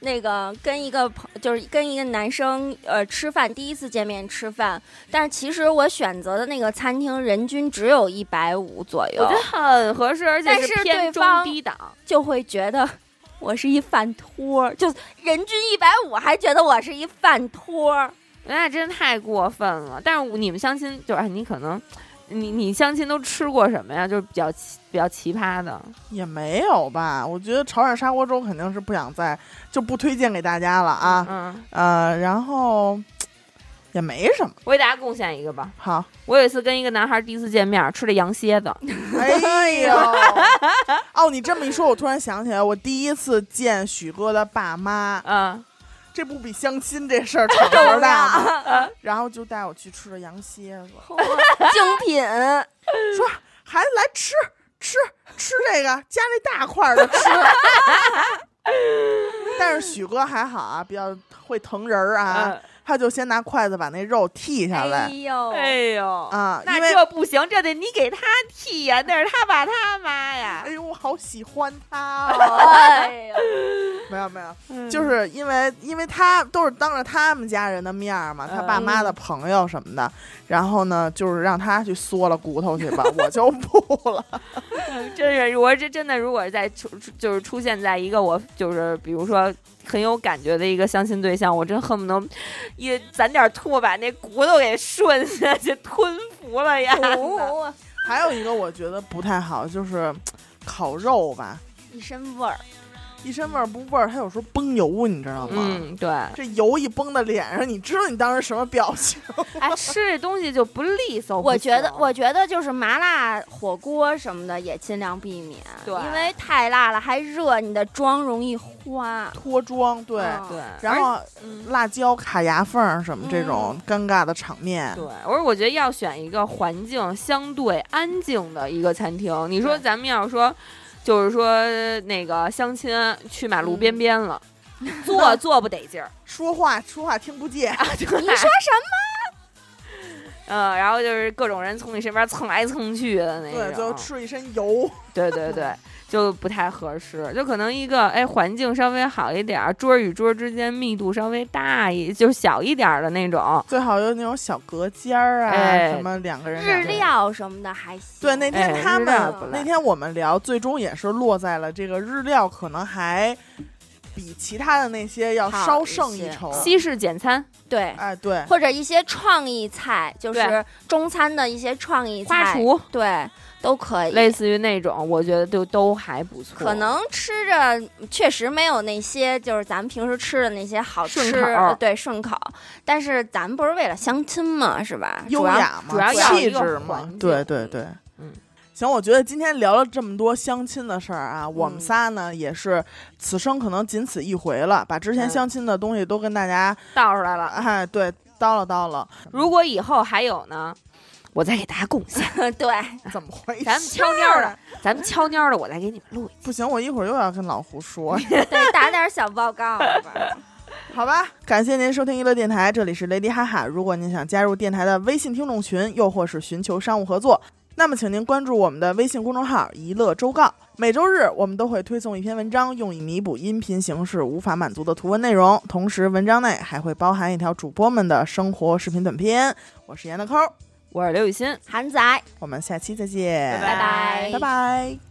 Speaker 4: 那个跟一个朋就是跟一个男生呃吃饭，第一次见面吃饭，但是其实我选择的那个餐厅人均只有一百五左右，
Speaker 3: 我觉得很合适，而且
Speaker 4: 但是对
Speaker 3: 偏中
Speaker 4: 方
Speaker 3: 低档。
Speaker 4: 就会觉得我是一饭托儿，就人均一百五还觉得我是一饭托 儿。
Speaker 3: 那哎真太过分了。但是你们相亲，就是哎，你可能你你相亲都吃过什么呀？就是比较奇比较奇葩的。
Speaker 2: 也没有吧。我觉得潮汕砂锅粥肯定是不想再就不推荐给大家了啊。
Speaker 3: 嗯，
Speaker 2: 呃，然后也没什么。
Speaker 3: 我给大家贡献一个吧。
Speaker 2: 好，
Speaker 3: 我有一次跟一个男孩第一次见面，吃了羊蝎 子，
Speaker 2: 哎 呦，哦，你这么一说，我突然想起来，我第一次见许哥的爸妈，
Speaker 3: 嗯，
Speaker 2: 这不比相亲这 事儿场头大吗？ 然后就带我去吃了羊蝎子，
Speaker 4: 精品，
Speaker 2: 说孩子来吃吃吃这个，夹那大块儿的吃。 但是许哥还好啊，比较会疼人儿啊，
Speaker 3: 嗯
Speaker 2: 他就先拿筷子把那肉剔下来
Speaker 4: 哎呦，
Speaker 3: 哎呦，
Speaker 2: 哦啊，
Speaker 3: 那
Speaker 2: 因为
Speaker 3: 这不行，这得你给他剃呀，那是他爸他妈 呀
Speaker 2: 哎。呦，我好喜欢他哦！
Speaker 4: 哎呦，
Speaker 2: 没有没
Speaker 3: 嗯
Speaker 2: 有，就是因为因为他都是当着他们家人的面儿嘛，他爸
Speaker 3: 嗯
Speaker 2: 妈的朋友什么的，然后呢，就是让他去嗦了骨头去吧，我就不了。
Speaker 3: 真是，我这真的，如果在出出就是出现在一个我就是比如说很有感觉的一个相亲对象，我真恨不能一攒点唾沫把那骨头给顺下去吞服了呀！
Speaker 4: 哦
Speaker 2: 还有一个我觉得不太好，就是烤肉吧，
Speaker 4: 一身味儿，
Speaker 2: 一身味儿不味儿，它有时候崩油，你知道吗？
Speaker 3: 嗯，对，
Speaker 2: 这油一崩到脸上，你知道你当时什么表情？
Speaker 3: 哎，吃这东西就不利索。
Speaker 4: 我
Speaker 3: 不
Speaker 4: 觉得，
Speaker 3: 行
Speaker 4: 我觉得就是麻辣火锅什么的也尽量避免，
Speaker 3: 对
Speaker 4: 因为太辣了还热，你的妆容易花。
Speaker 2: 脱妆，对，
Speaker 4: 嗯
Speaker 3: 对，
Speaker 2: 然后
Speaker 3: 嗯，
Speaker 2: 辣椒卡牙缝儿什么这种尴尬的场面，
Speaker 3: 对，我说我觉得要选一个环境相对安静的一个餐厅。你说咱们要说，就是说那个相亲去马路边边了，坐坐不得劲儿。
Speaker 2: 说话说话听不见，
Speaker 3: 你说
Speaker 4: 你说什么？
Speaker 3: 嗯，然后就是各种人从你身边蹭来蹭去的那种，
Speaker 2: 对，最后吃一身油。
Speaker 3: 对对对，就不太合适。就可能一个哎环境稍微好一点儿，桌儿与桌儿之间密度稍微大一，就小一点儿的那种。
Speaker 2: 最好有那种小隔间儿啊，
Speaker 3: 哎
Speaker 2: 什么两个人
Speaker 4: 日
Speaker 2: 两个人
Speaker 4: 料什么的还行。
Speaker 2: 对，那天
Speaker 3: 哎
Speaker 2: 他
Speaker 3: 日
Speaker 2: 们、
Speaker 3: 料不赖
Speaker 2: 那天我们聊，最终也是落在了这个日料可能还比其他的那些要
Speaker 4: 好
Speaker 2: 稍
Speaker 4: 一
Speaker 2: 胜
Speaker 4: 些
Speaker 2: 一筹。
Speaker 3: 西式简餐，
Speaker 4: 对，
Speaker 2: 哎，对，
Speaker 4: 或者一些创意菜，就是
Speaker 3: 对
Speaker 4: 中餐的一些创意
Speaker 3: 花
Speaker 4: 菜，
Speaker 3: 厨，
Speaker 4: 对，都可以。
Speaker 3: 类似于那种，我觉得就都还不错。
Speaker 4: 可能吃着确实没有那些就是咱们平时吃的那些好吃，
Speaker 3: 顺口
Speaker 4: 对顺口。但是咱们不是为了相亲嘛，是吧？
Speaker 2: 优
Speaker 4: 主要
Speaker 2: 雅嘛，
Speaker 3: 啊主要要
Speaker 2: 气
Speaker 3: 一个
Speaker 2: 质
Speaker 3: 环
Speaker 2: 嘛
Speaker 3: 境，
Speaker 2: 对对对，
Speaker 3: 嗯。
Speaker 2: 行，我觉得今天聊了这么多相亲的事儿啊，我们
Speaker 4: 嗯
Speaker 2: 仨呢也是此生可能仅此一回了，把之前
Speaker 3: 嗯
Speaker 2: 相亲的东西都跟大家，
Speaker 3: 倒出来了。
Speaker 2: 哎，对，叨了叨了，
Speaker 3: 如果以后还有呢，我再给大家贡献。
Speaker 4: 对，
Speaker 2: 怎么回
Speaker 3: 哎咱们
Speaker 2: 事？
Speaker 3: 悄蔫儿的，咱们悄蔫儿的，我再给你们录一期。
Speaker 2: 不行，我一会儿又要跟老胡说，
Speaker 4: 对，打点小报告吧。
Speaker 2: 好吧？感谢您收听娱乐电台，这里是雷迪哈哈。如果您想加入电台的微信听众群，又或是寻求商务合作，那么请您关注我们的微信公众号“娱乐周告”。每周日我们都会推送一篇文章，用以弥补音频形式无法满足的图文内容。同时，文章内还会包含一条主播们的生活视频短片。我是严的抠儿，
Speaker 3: 我是刘雨欣，
Speaker 4: 韩仔，
Speaker 2: 我们下期再见，
Speaker 4: 拜拜
Speaker 2: 拜拜